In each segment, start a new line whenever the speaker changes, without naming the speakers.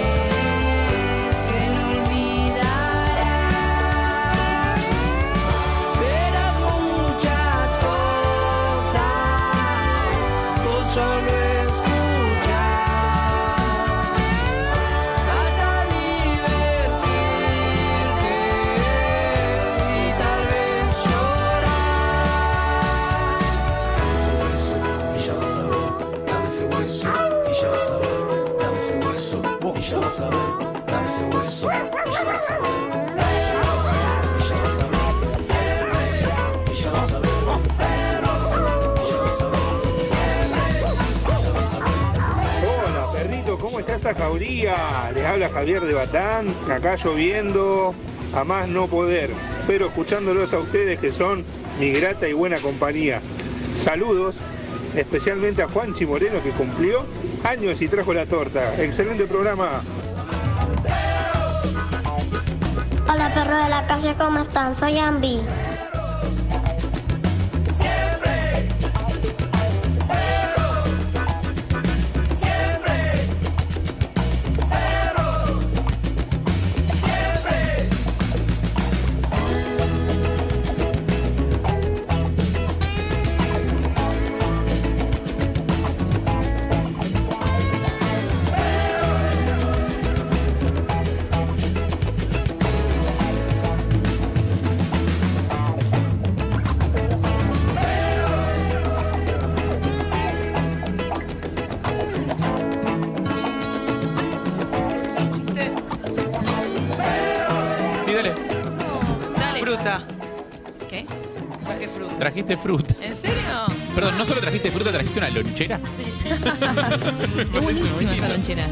Sensaciones que no olvidarás, verás muchas cosas con solo escuchar. Vas a divertirte y tal vez llorar.
y ya vas a ver, dame ese hueso, y ya vas a ver, dame ese hueso, y ya vas a ver, dame ese hueso, y ya vas a ver.
Hola perrito, ¿cómo está esa jauría? Les habla Javier de Batán, acá lloviendo, a más no poder, pero escuchándolos a ustedes que son mi grata y buena compañía. Saludos, especialmente a Juanchi Moreno que cumplió años y trajo la torta. Excelente programa.
Hola perros de la calle, ¿cómo están? Soy Ambi.
Sí, dale.
Dale.
Fruta.
¿Qué?
Traje fruta.
Trajiste fruta.
¿En serio?
Perdón, no solo trajiste fruta, trajiste una lonchera.
Es buenísima esa lonchera.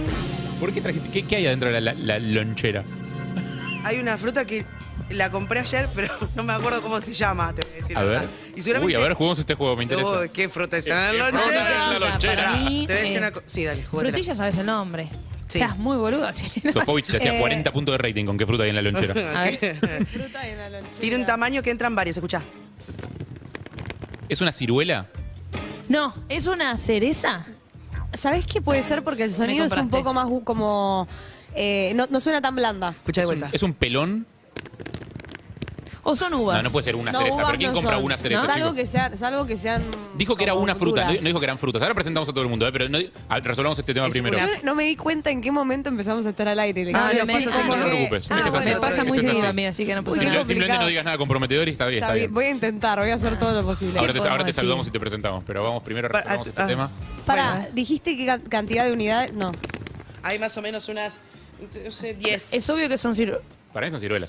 ¿Por qué trajiste? ¿Qué, qué hay adentro de la, la- la lonchera?
Hay una fruta que la compré ayer, pero no me acuerdo cómo se llama, te voy a decir.
A
la
ver.
verdad. Y seguramente.
Uy, a ver, jugamos este juego, me interesa.
Uy, ¿Qué fruta está en
¿Qué
la
fruta
lonchera?
es la lonchera.
Para mí,
Te voy a decir
eh,
una cosa. Sí, dale, jugatela.
Frutilla sabes el nombre.
Sí.
Estás muy boludo. así que no.
Sofovich te hacía
Eh.
40 puntos de rating con qué fruta hay en la lonchera.
A ver.
Fruta y una lonchera.
Tiene un tamaño que entran varias, escuchá.
¿Es una ciruela?
No, es una cereza.
¿Sabés qué puede ser? Porque el sonido es un
compraste.
poco más bu- como... eh, no, no suena tan blanda.
Escuchá de
¿Es un-
vuelta.
¿Es un pelón?
O son uvas.
No, no puede ser una
No,
cereza.
uvas
¿Pero quién
no
compra
son.
una cereza,
Salvo
chicos?
que sean, salvo que sean
Dijo que era
como
una fruta, no,
duras.
no dijo que eran frutas. Ahora presentamos a todo el mundo, ¿eh? pero no, a- resolvamos este tema
Es
primero.
una
Yo no me di cuenta en qué momento empezamos a estar al aire. Le-
Ah,
no, me-
sí, como
no te
que-
preocupes, es que es así.
Me
bueno,
pasa
está
muy
bien,
seguido
está
a mí, así que no
Uy,
pasa
qué
Simple-
nada.
complicado.
simplemente no digas nada comprometedor y está bien, está,
Está bien,
bien.
Voy a intentar, voy a hacer todo lo posible.
Ahora te, ahora te
podemos
saludamos
decir?
y te presentamos, pero vamos primero
Pa-
resolvamos
ah,
este
ah.
tema.
Pará, ¿dijiste qué ca- cantidad de unidades? No.
Hay más o menos unas. No sé, 10.
Es obvio que son ciruelas.
Para mí son ciruelas.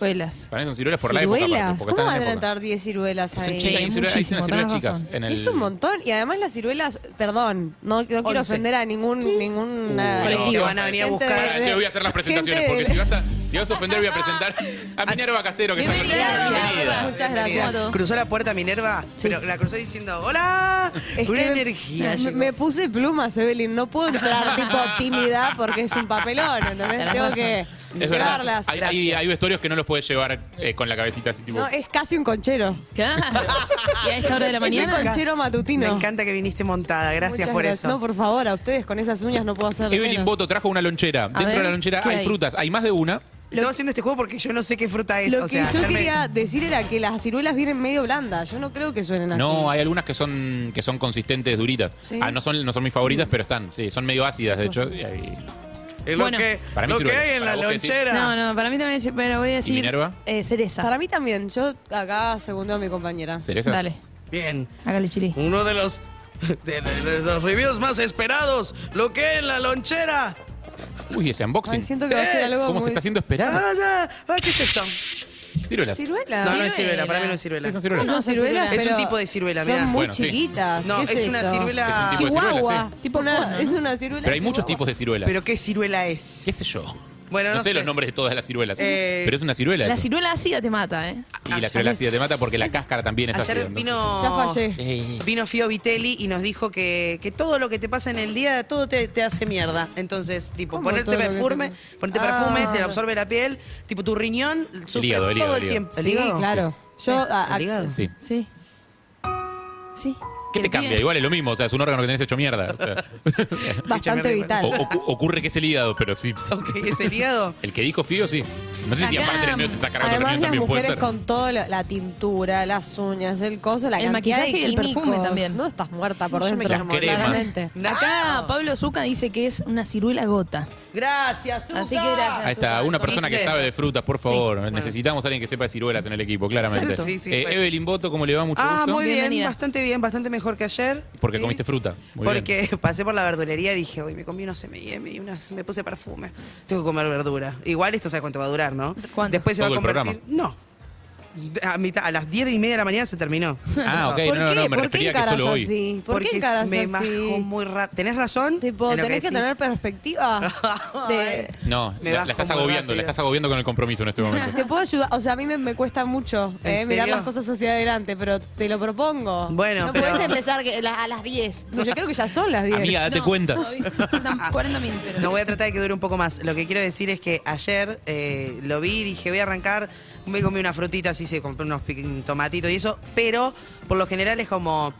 Para mí son ciruelas por la época. aparte,
¿Ciruelas?
porque
¿Cómo
están
van
en
a
época.
entrar 10 ciruelas
Son
ahí?
chicas, hay
Sí,
ciruelas- hay unas
muchísimo,
ciruelas
tenés
chicas.
razón.
En el...
Es un montón. Y además las ciruelas, perdón, no, no quiero
Once. Uh,
ofender a ningún... ningún
no,
Colectivo.
te
van a venir a buscar.
Pará, te voy a hacer las presentaciones, porque si vas a, si vas a ofender voy a presentar a
Ah,
Minerva Casero, que está con
Bienvenida,
nosotros.
Minerva.
Muchas
Bienvenida.
gracias.
Todo.
Cruzó la puerta Minerva, pero la cruzó diciendo: ¡Hola!
Es
una
que
energía.
me-
llegó.
Me puse plumas, Evelyn. No puedo entrar tipo tímida porque es un papelón, ¿entendés?
Tenés
Tengo
razón.
que
Es verdad.
llevarlas.
Hay, hay, hay vestuarios que no los puedes llevar eh, con la cabecita así tipo.
No, es casi un conchero.
Claro. Y a esta hora de la
Es un
mañana.
conchero matutino.
Me encanta que viniste montada, gracias
Muchas
por
gracias.
eso.
No, por favor, a ustedes con esas uñas no puedo hacer
Evelyn
menos.
Boto trajo una lonchera. Dentro
ver,
de la lonchera
¿qué
hay
hay?
frutas, hay más de una.
Estamos haciendo este juego porque yo no sé qué fruta es.
Lo
o
que
sea,
yo
ayer me-
quería decir era que las ciruelas vienen medio blandas. Yo no creo que suenen así.
No, hay algunas que son que son consistentes, duritas.
Sí.
Ah, no son, no son mis favoritas, pero están, sí, son medio ácidas, de hecho. y- y- Eh,
Es
Bueno.
lo que,
Para mí
lo
sí
que
lo es.
hay en
Para
la
vos que decís.
lonchera.
No, no, para mí también es- pero voy a decir.
Minerva?
eh, cereza.
Para mí también. Yo acá segundo a mi compañera.
¿Cerezas?
Dale,
Bien,
hágale chili.
uno de los, de, de- de los reviews más esperados. Lo que hay en la lonchera.
Uy, ese
Ay,
unboxing.
siento que va a ser algo
¿Cómo
muy...
se está haciendo esperar?
Ah, ah, ah, ¿Qué es esto?
Ciruelas.
¿Ciruelas?
No, no es ciruela,
ciruela.
para mí no es ciruela.
Sí, son ciruelas.
Son
No, son
ciruelas,
ciruelas.
Es un
pero
tipo de ciruela,
Son
mirá.
muy
Bueno, sí.
chiquitas.
No,
¿Qué
es,
es,
una
eso?
Es
ciruela.
un tipo de ciruela,
Chihuahua.
sí.
Tipo
Una-
cono, ¿no?
Es una ciruela.
Pero hay muchos
chihuahua.
tipos de ciruelas.
Pero ¿qué ciruela es?
¿Qué sé yo?
Bueno,
No,
no,
sé, los nombres de todas las ciruelas.
Eh,
pero es una ciruela.
La
eso.
ciruela ácida te mata, ¿eh?
y la ciruela ácida te mata porque la cáscara también es ácida.
Ayer
entonces-
vino.
Ya fallé.
Eh,
Vino Fio Vitelli y nos dijo que, que todo lo que te pasa en el día, todo te, te hace mierda. Entonces, tipo,
¿Cómo
ponerte
todo lo que
perfume,
te-
ponerte
Ah.
perfume, te lo absorbe la piel, tipo tu riñón, sufre
hígado, el hígado,
todo el
el hígado.
Sí,
tiempo.
claro. Yo, a- a-
¿Al hígado?
Sí.
Sí. Sí.
¿Qué
Que
te
le
cambia?
piden-
Igual es lo mismo, o sea, es un órgano que tenés hecho mierda. o sea.
bastante vital.
O- ocu- ocurre que es el hígado, pero sí. sí.
Ok, ¿es el hígado?
El que dijo Fío, sí. No sé si
Acá,
aparte terminó, te está cargando
Además,
terminó
las
también, puede
mujeres
ser.
con todo, lo- la tintura, las uñas, el coso, la
El
cantidad de
maquillaje y el
químicos.
perfume también.
No estás muerta por
Yo me
dentro,
Las
amor,
cremas.
claramente.
No.
Acá Pablo Zuca dice que es una ciruela gota.
Gracias, Zuka.
Así que gracias.
Ahí está, una persona que
¿Viste?
sabe de frutas, por favor. Necesitamos a alguien que sepa de ciruelas en el equipo, claramente.
Exacto. Sí, sí,
Eh,
bueno.
Evelyn Boto, ¿cómo le va? Mucho
Ah,
gusto.
muy bien,
Bienvenida.
bastante bien, bastante mejor que ayer.
Porque
Sí.
comiste fruta. Muy
Porque pasé por la verdulería y dije, uy, me comí unos M&M y unas, me puse perfume. Tengo que comer verdura. Igual esto sabe cuánto va a durar, ¿no?
¿Cuánto?
Después se va a
¿Todo el
convertir. No. A, mitad, a las 10 y media de la mañana se terminó.
bien. Ah, ok,
¿Por
no, no,
qué?
no, me
¿Por qué
refería que
encaras
solo hoy.
así? ¿Por qué
Porque
encaras
me
así?
bajó muy rápido. ¿Tenés razón?
Tipo,
en lo
tenés que,
decís.
tener perspectiva. de-
No,
Me
la,
bajo
la estás
muy
agobiando, la
rápido.
estás agobiando con el compromiso en este momento.
Te puedo ayudar, o sea, a mí me, me cuesta mucho
¿En
eh, mirar
serio?
las cosas hacia adelante, pero te lo propongo.
Bueno,
no
pero-
puedes empezar que- la- a las 10. No, yo creo que ya son las 10.
Amiga, date
No,
cuenta.
todavía faltan 40 minutos. pero
No
sí.
voy a tratar de que dure un poco más. Lo que quiero decir es que ayer eh, lo vi, dije voy a arrancar, me comí una frutita, así se compré unos piqui- tomatitos y eso, pero por lo general es como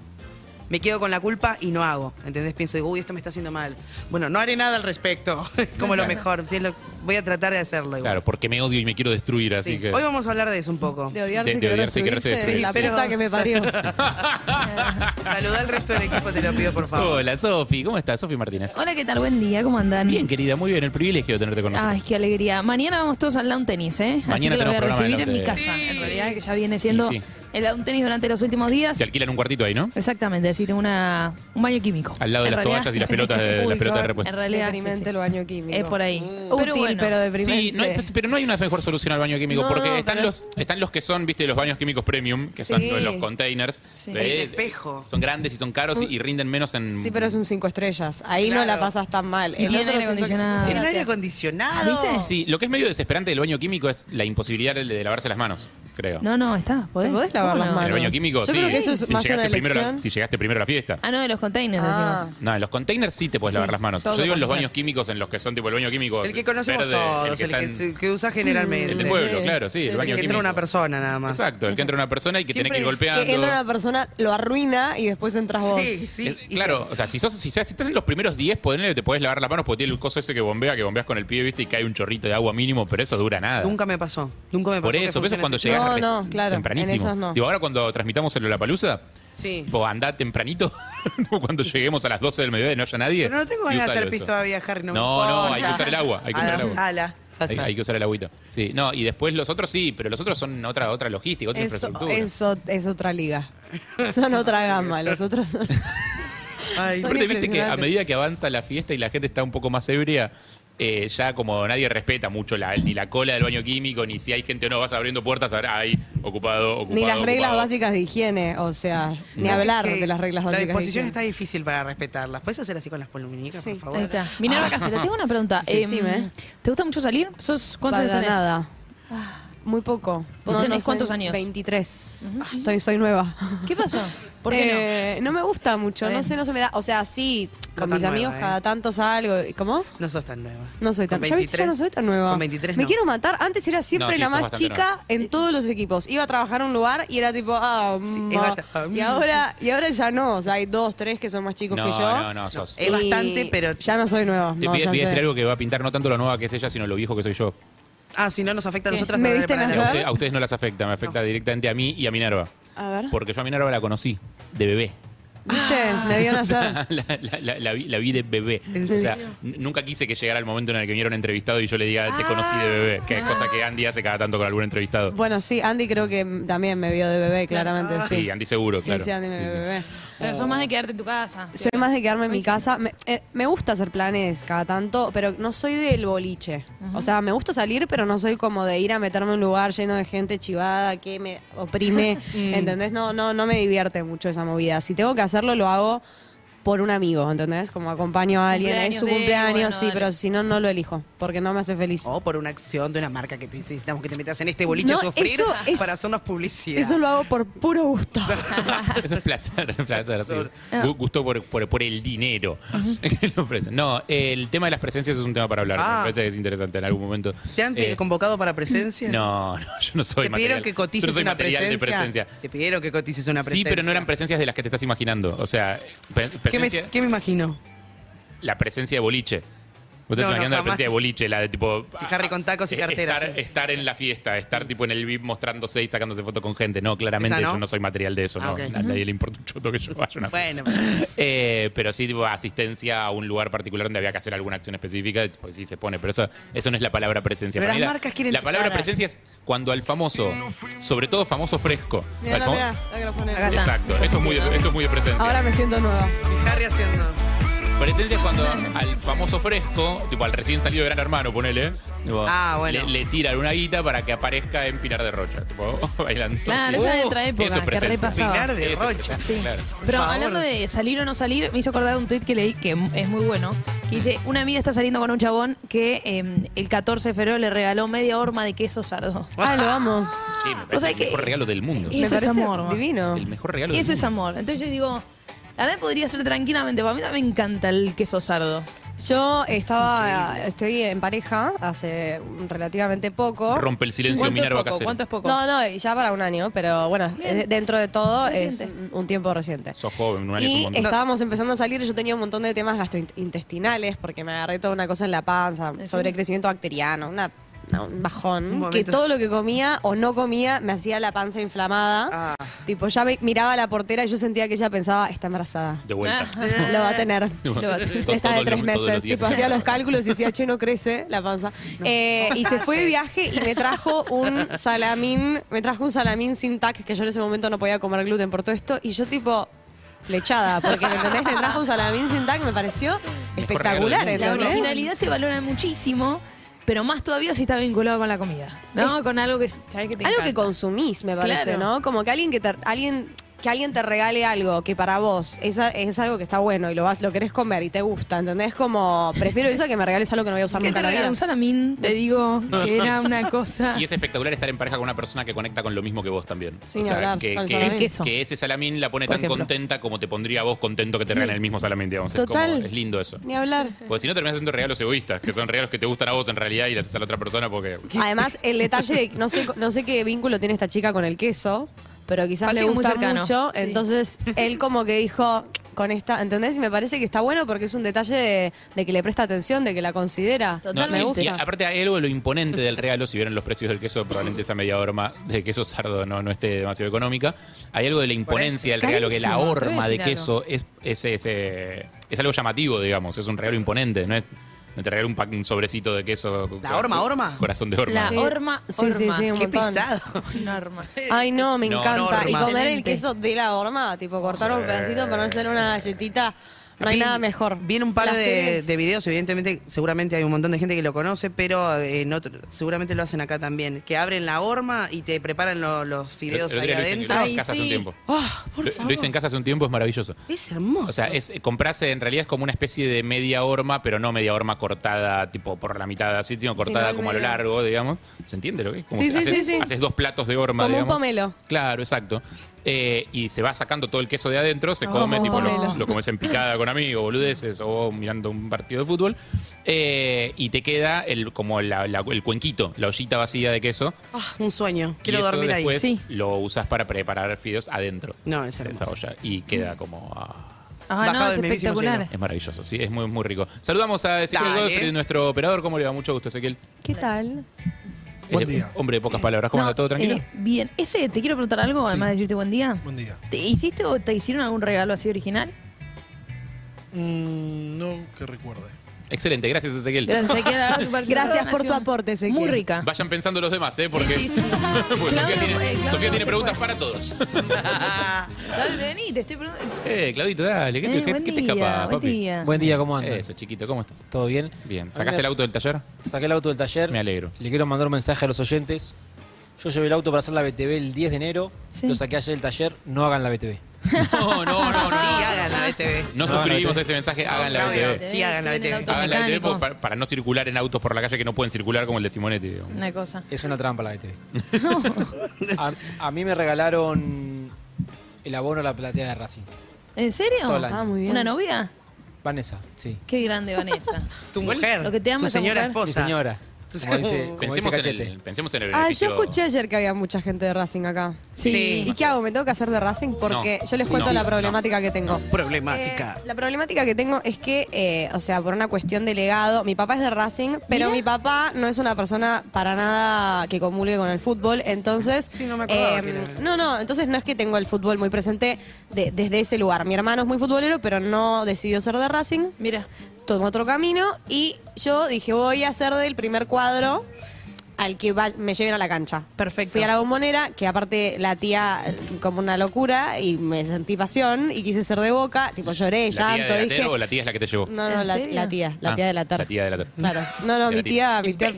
me quedo con la culpa y no hago. ¿Entendés? Pienso, digo, uy, esto me está haciendo mal. Bueno, no haré nada al respecto. como lo mejor. sí, es lo- voy a tratar de hacerlo igual.
Claro, porque me odio y me quiero destruir, así
Sí.
que.
Hoy vamos a hablar de eso un poco.
De odiarse
De-
y
de
querer
odiarse y querer
destruirse,
destruirse,
la
sí.
puta que me parió.
Saludá al resto del equipo, te lo pido por favor.
Hola, Sofi, ¿cómo estás? Sofi Martínez.
Hola, ¿qué tal? Buen día, ¿cómo andan?
Bien, querida, muy bien, el privilegio de tenerte con nosotros.
Ay, qué alegría. Mañana vamos todos al lawn tenis, ¿eh? Así
Mañana
que lo voy
tenemos
a
programa de
recibir en mi
lawn tenis.
casa, en realidad, que ya viene siendo
Y sí.
el lawn tenis durante los últimos días.
Te alquilan un cuartito ahí, ¿no?
Exactamente, sí, tengo una, un baño químico.
Al lado de
En
las
realidad-
toallas y las pelotas de,
Uy,
las pelotas de
God.
repuesto.
En realidad,
Deprimente
sí, sí.
el baño químico.
Es por ahí.
Útil,
Pero
pero,
bueno.
deprimente.
Sí, no hay- pero no hay una mejor solución al baño químico,
No,
porque
no,
están
pero-
los están los que son, viste, los baños químicos premium, que son
Sí.
los containers.
Sí.
El espejo.
Son grandes y son caros y, y rinden menos en.
Sí, pero es un 5 estrellas. Ahí no
claro.
la pasas tan mal.
Y tiene
otro
aire
cinco-
acondicionado.
Tiene aire
Gracias.
acondicionado.
Sí, lo que es medio desesperante del baño químico es la imposibilidad de, de lavarse las manos, creo.
No, no, está. ¿Podés,
¿Te podés lavar
¿Cómo
las
no?
En el baño químico,
Yo
sí.
creo que eso es
si,
más
llegaste
una
primero a la-
elección.
si llegaste primero a la fiesta.
Ah, no, de los containers,
Ah.
decimos.
No, en los containers sí te puedes
Sí,
lavar las manos.
todo
Yo digo en los
puede
baños químicos, en los que son tipo el baño químico.
El que conocemos
verde,
todos, el que,
está en-
que usa generalmente.
el del pueblo, claro, sí,
Sí,
el
sí,
baño
que entra
químico.
una persona nada más.
Exacto, el que entra una persona y que tiene que ir
Siempre-
golpeando.
Que entra una persona, lo arruina y después entras vos.
Sí, sí.
Es-
y-
claro, o sea, si, sos, si, seas- si estás en los primeros 10, ponele, te podés lavar las manos porque tiene el coso ese que bombea, que bombeas con el pie, viste, y cae un chorrito de agua mínimo, pero eso dura nada.
Nunca me pasó. Nunca me pasó.
Por
que
eso, por eso
funcione
cuando
así.
llegas
No,
re-
no, claro,
tempranísimo.
en esos no.
Digo, ahora cuando transmitamos el Lollapalooza,
Sí.
vos andá tempranito, cuando lleguemos a las 12 del mediodía y no haya nadie.
Pero no tengo
y
ganas de
usalo
hacer
eso.
pisto todavía, Harry. No, me
No, no,
importa.
hay que usar el agua, hay que usar el agua.
Ala,
Hay,
pasa.
hay que usar el agüita. Sí, no, y después los otros sí, pero los otros son otra otra logística, otra
Eso,
infraestructura.
eso es otra liga. Son otra gama. Los otros son.
Ay,
Son
Aparte, viste que a
impresionantes.
medida que avanza la fiesta y la gente está un poco más ebria, eh, ya como nadie respeta mucho la, ni la cola del baño químico, ni si hay gente o no, vas abriendo puertas, ahora hay ocupado, ocupado.
Ni las reglas
ocupado.
básicas de higiene, o sea, ni
no,
hablar
es que
de las reglas básicas.
La disposición
de
está
higiene.
difícil para respetarlas. ¿Puedes hacer así con las poluminicas,
Sí,
por favor?
Ahí está. Minerva Casero, tengo una pregunta.
Ah.
Em,
Sí, sí, me.
¿Te gusta mucho salir? ¿Sos, ¿Cuántos años
Para
tenés?
nada. Muy poco.
¿Vos tenés
soy-
cuántos años?
23. Estoy, soy nueva.
¿Qué pasó? ¿Por qué
Eh, no? me gusta mucho,
Está
no
bien.
sé, no se me da. O sea, sí, con
No tan
mis amigos
nueva, eh.
cada tanto salgo. y- ¿Cómo?
No sos tan nueva.
No soy tan
Con
ya viste, yo
23,
no soy tan nueva.
Con 23
Me
no.
quiero matar. Antes era
No,
siempre
sí,
la
sos
más
bastante
chica en todos los equipos. Iba a trabajar a un lugar y era tipo, ah, mm,
es
ah.
bastante-
y ahora y ahora ya no, o sea, hay dos, tres que son más chicos
No,
que yo.
no, no, sos.
Es
Y
bastante, pero-
ya no soy nueva.
Te
no,
voy a-
ya
voy a
sé.
decir algo que va a pintar no tanto lo nueva que es ella, sino lo viejo que soy yo.
Ah, si no nos afecta a
¿Qué?
nosotras.
¿Me
no vale
viste
para
nacer?
A,
nada.
usted- a ustedes no las afecta, me afecta directamente a mí y a Minerva.
A ver.
Porque yo a Minerva la conocí de bebé.
¿Viste?
Ah.
Me vio nacer.
la, la- la- la vi, la vi de bebé. O sea, n- nunca quise que llegara el momento en el que vinieron entrevistado y yo le diga, te conocí de bebé, que es cosa que Andy hace cada tanto con algún entrevistado.
Ah. Bueno, sí, Andy creo que mm, también me vio de bebé, claramente, sí.
Ah. Sí, Andy seguro,
sí,
claro.
sí, Andy me
Sí,
vio
sí.
de bebé.
Pero sos más de quedarte en tu casa.
Soy más de quedarme en mi casa. Me, eh, me gusta hacer planes cada tanto, pero no soy del boliche. O sea, me gusta salir, pero no soy como de ir a meterme en un lugar lleno de gente chivada que me oprime. ¿Entendés? No, no, no me divierte mucho esa movida. Si tengo que hacerlo, lo hago por un amigo, ¿entendés? Como acompaño a alguien,
Cumpleaños
es su
de,
cumpleaños,
bueno,
sí,
dale.
pero si no, no lo elijo, porque no me hace feliz.
O por una acción de una marca que te dice, necesitamos que te metas en este boliche
No,
a sufrir
eso es-
para hacernos publicidad.
Eso lo hago por puro gusto.
Eso es placer, placer, sí. Gu- Gusto por, por, por el dinero que le ofrecen. No, el tema de las presencias es un tema para hablar.
Ah.
Me parece que es interesante en algún momento.
¿Te han
Eh,
convocado para presencia?
No, no, yo no soy
¿Te pidieron
material.
que
Yo
cotices
no soy
una
material
presencia?
de presencia.
Te pidieron que cotices una
Sí,
presencia.
pero no eran presencias de las que te estás imaginando. O sea, pre-
¿Qué me,
presencia-
qué me imagino?
la presencia de boliche. Vos te
No, no,
estás imaginando la
jamás.
presencia de boliche, la de tipo.
Sí, Harry con tacos y
eh,
cartera,
Estar,
sí.
estar en la fiesta, estar tipo en el VIP mostrándose y sacándose fotos con gente. No, claramente
¿Esa no?
yo no soy material de eso.
Ah,
no.
ok.
A nadie le importa un choto que yo vaya a una
Bueno,
Eh, pero sí, tipo, asistencia a un lugar particular donde había que hacer alguna acción específica, pues sí se pone, pero eso, eso no es la palabra presencia.
Pero
Para mí
las
la-
marcas quieren
La
tu
palabra
cara.
presencia es cuando al famoso, sobre todo famoso fresco. al famo-
Acá está.
Exacto, esto es, muy de, esto es muy de presencia.
Ahora me siento nueva.
Harry haciendo.
Presencia es cuando al famoso fresco, tipo al recién salido de Gran Hermano, ponele, tipo,
Ah, bueno.
le, le tiran una guita para que aparezca en Pinar de Rocha, tipo, bailando.
Claro,
así.
esa
Uh,
de otra época,
eso es
que
presencia.
repasaba.
Pinar de
Eso es
Rocha.
presencia,
Sí.
claro.
Pero
favor.
hablando de salir o no salir, me hizo acordar un tweet que leí que es muy bueno. Que dice, una amiga está saliendo con un chabón que eh, el 14 de febrero le regaló media horma de queso sardo.
Ah, lo amo.
Sí, me parece
O sea
el
que-
mejor regalo del mundo.
Eso
me
es
parece
amor, va.
divino.
El mejor regalo del
Eso es
mundo.
amor. Entonces yo digo, la verdad podría ser tranquilamente, para mí también me encanta el queso sardo.
Yo estaba, estoy en pareja hace relativamente poco.
Rompe el silencio
¿Cuánto es
Minerva
poco?
Casero.
¿Cuánto es poco?
No, no, ya para un año, pero bueno,
Bien.
eh, dentro de todo es
Reciente.
un- un tiempo reciente.
Sos joven, un año es un
Y
montón.
estábamos empezando a salir, yo tenía un montón de temas gastrointestinales porque me agarré toda una cosa en la panza,
Eso.
sobrecrecimiento bacteriano, una, una- un
Un
bajón,
momento.
que todo lo que comía o no comía me hacía la panza inflamada.
Ah.
Tipo, ya me- miraba a la portera y yo sentía que ella pensaba, está embarazada.
De vuelta.
Ah.
Lo va a tener.
Lo va a tener.
Está de
Todos
tres
los- todos los
meses.
días.
Tipo, hacía los cálculos y decía, che, no crece la panza. Eh, y se fue de viaje y me trajo un salamín, me trajo un salamín sin tac, que yo en ese momento no podía comer gluten por todo esto. Y yo tipo, flechada, porque ¿me entendés? Me trajo un salamín sin tac, me pareció espectacular,
regalo del
La
mundo.
¿entendés?
originalidad se valora muchísimo, pero más todavía si está vinculado con la comida. ¿No? Con algo que sabes que te
Algo que
encanta.
consumís, me parece,
Claro.
¿no? Como que alguien que te, alguien que alguien te regale algo que para vos es, a- es algo que está bueno y lo vas lo querés comer y te gusta, ¿entendés? Como prefiero eso a que me regales algo que no voy a usar
¿Qué
nunca
te
en la
regaló
vida.
un salamín? Te digo que era una cosa.
Y es espectacular estar en pareja con una persona que conecta con lo mismo que vos también.
Sin hablar,
que,
con el
que-
salamín.
El queso.
que ese salamín la pone
Por
tan
ejemplo.
contenta como te pondría a vos contento que te
Sí.
regalen el mismo salamín, digamos. Es,
Total.
como, es lindo eso.
Ni hablar.
Porque si no terminas haciendo regalos egoístas, que son regalos que te gustan a vos en realidad y le haces a la otra persona porque.
Además, el detalle de no sé, no sé qué vínculo tiene esta chica con el queso, pero quizás
Parece
le
muy
gusta
cercano.
mucho.
Sí.
Entonces, él como que dijo con esta, ¿entendés? Y me parece que está bueno porque es un detalle de, de que le presta atención, de que la considera.
No,
Totalmente.
Me
y-
gusta.
y aparte hay algo de lo imponente del regalo, si vieron los precios del queso, probablemente esa media horma de queso sardo no, no esté demasiado económica. Hay algo de la imponencia del regalo, que la
Carísimo, te voy a
horma de
decir
queso es, es, es, eh, es algo llamativo, digamos, es un regalo imponente, no es no te regalo un, pa- un sobrecito de queso.
¿La horma, horma?
Corazón de horma.
La
Sí.
horma,
Sí, sí,
horma.
sí, un
Qué
montón.
pesado.
Una horma.
Ay, no, me
No,
encanta.
no,
y
Norma.
comer el
Excelente.
queso de la horma, tipo cortar un
Sí.
pedacito, ponérselo una galletita, no hay
Vi-
nada mejor.
Viene un par de,
Placeres.
de videos, evidentemente, seguramente hay un montón de gente que lo conoce, pero eh, en otro- seguramente lo hacen acá también. Que abren la horma y te preparan lo- los
El otro-
fideos
el otro
ahí
día lo hice- lo hice
adentro.
en
Ay,
casa hace
sí.
un tiempo.
Ah, por
Lo-
favor.
Lo hice en casa hace un tiempo, es maravilloso.
Es hermoso.
O sea, es eh, comprarse en realidad es como una especie de media horma, pero no media horma cortada, tipo por la mitad, así, sino cortada
al
como a lo
medio.
largo, digamos. ¿Se entiende lo que es? Como
Sí,
que
sí,
haces,
sí, sí.
haces dos platos de horma,
Como un
digamos.
pomelo.
Claro, exacto. Eh, y se va sacando todo el queso de adentro, se come,
Ah, un
tipo, lo,
pomelo.
lo comes en picada con amigos, boludeces, o mirando un partido de fútbol. Eh, y te queda el, como la- la- el cuenquito, la ollita vacía de queso.
Ah, un sueño.
Y
Quiero
eso
dormir ahí.
después
Sí.
lo usas para preparar fideos adentro.
No, es
de
hermoso.
esa olla. Y queda como. ah,
Ah,
Bajado
no, es
del mismísimo
espectacular.
es maravilloso, sí, es muy, muy rico. Saludamos a Ezequiel
Dale.
Godfrey, nuestro operador. ¿Cómo le va? Mucho gusto, Ezequiel.
¿Qué tal?
Buen
Eh,
día.
Hombre de pocas palabras. ¿Cómo
No,
anda todo tranquilo?
eh, bien. Ese, te quiero preguntar algo, además de decirte buen día.
Buen día.
¿Te hiciste o te hicieron algún regalo así original?
Mm, no que recuerde.
Excelente, gracias, Ezequiel.
Gracias, hay que dar su
Gracias por tu
participación.
aporte, Ezequiel.
Muy rica.
Vayan pensando los demás, ¿eh? Porque,
Sí, sí, sí.
porque
Claudio,
Sofía tiene,
eh, Claudio
Sofía tiene
se
preguntas
fue.
para todos.
Dale, vení, te estoy preguntando.
eh, Claudito, dale, ¿qué, te-
Eh,
qué-
buen
qué te
día,
escapa,
buen
papi?
día.
Buen día, ¿cómo andas?
Eso, chiquito, ¿cómo estás?
¿Todo bien?
Bien,
A mí me-
¿sacaste el auto del taller?
Saqué el auto del taller.
Me alegro.
Le quiero mandar un mensaje a los oyentes. Yo llevé el auto para hacer la BTV el 10 de enero.
Sí.
Lo saqué ayer del taller. No hagan la BTV.
No, no, no, no.
Sí, hagan la BTV.
No suscribimos ese mensaje, hagan la
Claudio,
BTV.
Sí, hagan la BTV.
Hagan la BTV porque pues, para, para no circular en autos por la calle que no pueden circular como el de Simonetti. digo.
Una cosa.
Es una trampa la BTV. a, a mí me regalaron el abono a la platea de Racing.
¿En serio?
Todo el año. Ah, muy bien.
¿Una novia?
Vanessa, sí.
Qué grande, Vanessa.
Tu mujer.
Lo que te ama
tu
esa
señora
mujer.
esposa.
Mi señora.
Tu
Como dice,
señora.
Eh, como
Pensemos,
dice
en
cachete.
el, pensemos en el
Ah,
beneficio.
yo escuché ayer que había mucha gente de Racing acá.
Sí.
¿Y qué hago? ¿Me tengo que hacer de Racing? Porque
No.
yo les
Sí,
cuento
no,
la
no,
problemática que tengo. Eh,
Problemática.
La problemática que tengo es que, eh, o sea, por una cuestión de legado, mi papá es de Racing, pero mi papá no es una persona para nada que comulgue con el fútbol, entonces...
no me acordaba
eh,
que era.
no, no, entonces no es que tengo el fútbol muy presente de- desde ese lugar. Mi hermano es muy futbolero, pero no decidió ser de Racing,
Mira,
tomó otro camino y yo dije, voy a ser del primer cuadro al que va- me lleven a la cancha.
perfecto.
Fui a la bombonera, que aparte la tía eh, como una locura y me sentí pasión y quise ser de boca, tipo lloré,
¿La tía
llanto,
de la
dije...
tela o la tía es la que te llevó?
No, no,
¿En
la,
serio?
la tía, la
Ah,
tía de la tarde.
La tía de la tarde.
Claro. No, no,
De
mi
la
tía, mi tía.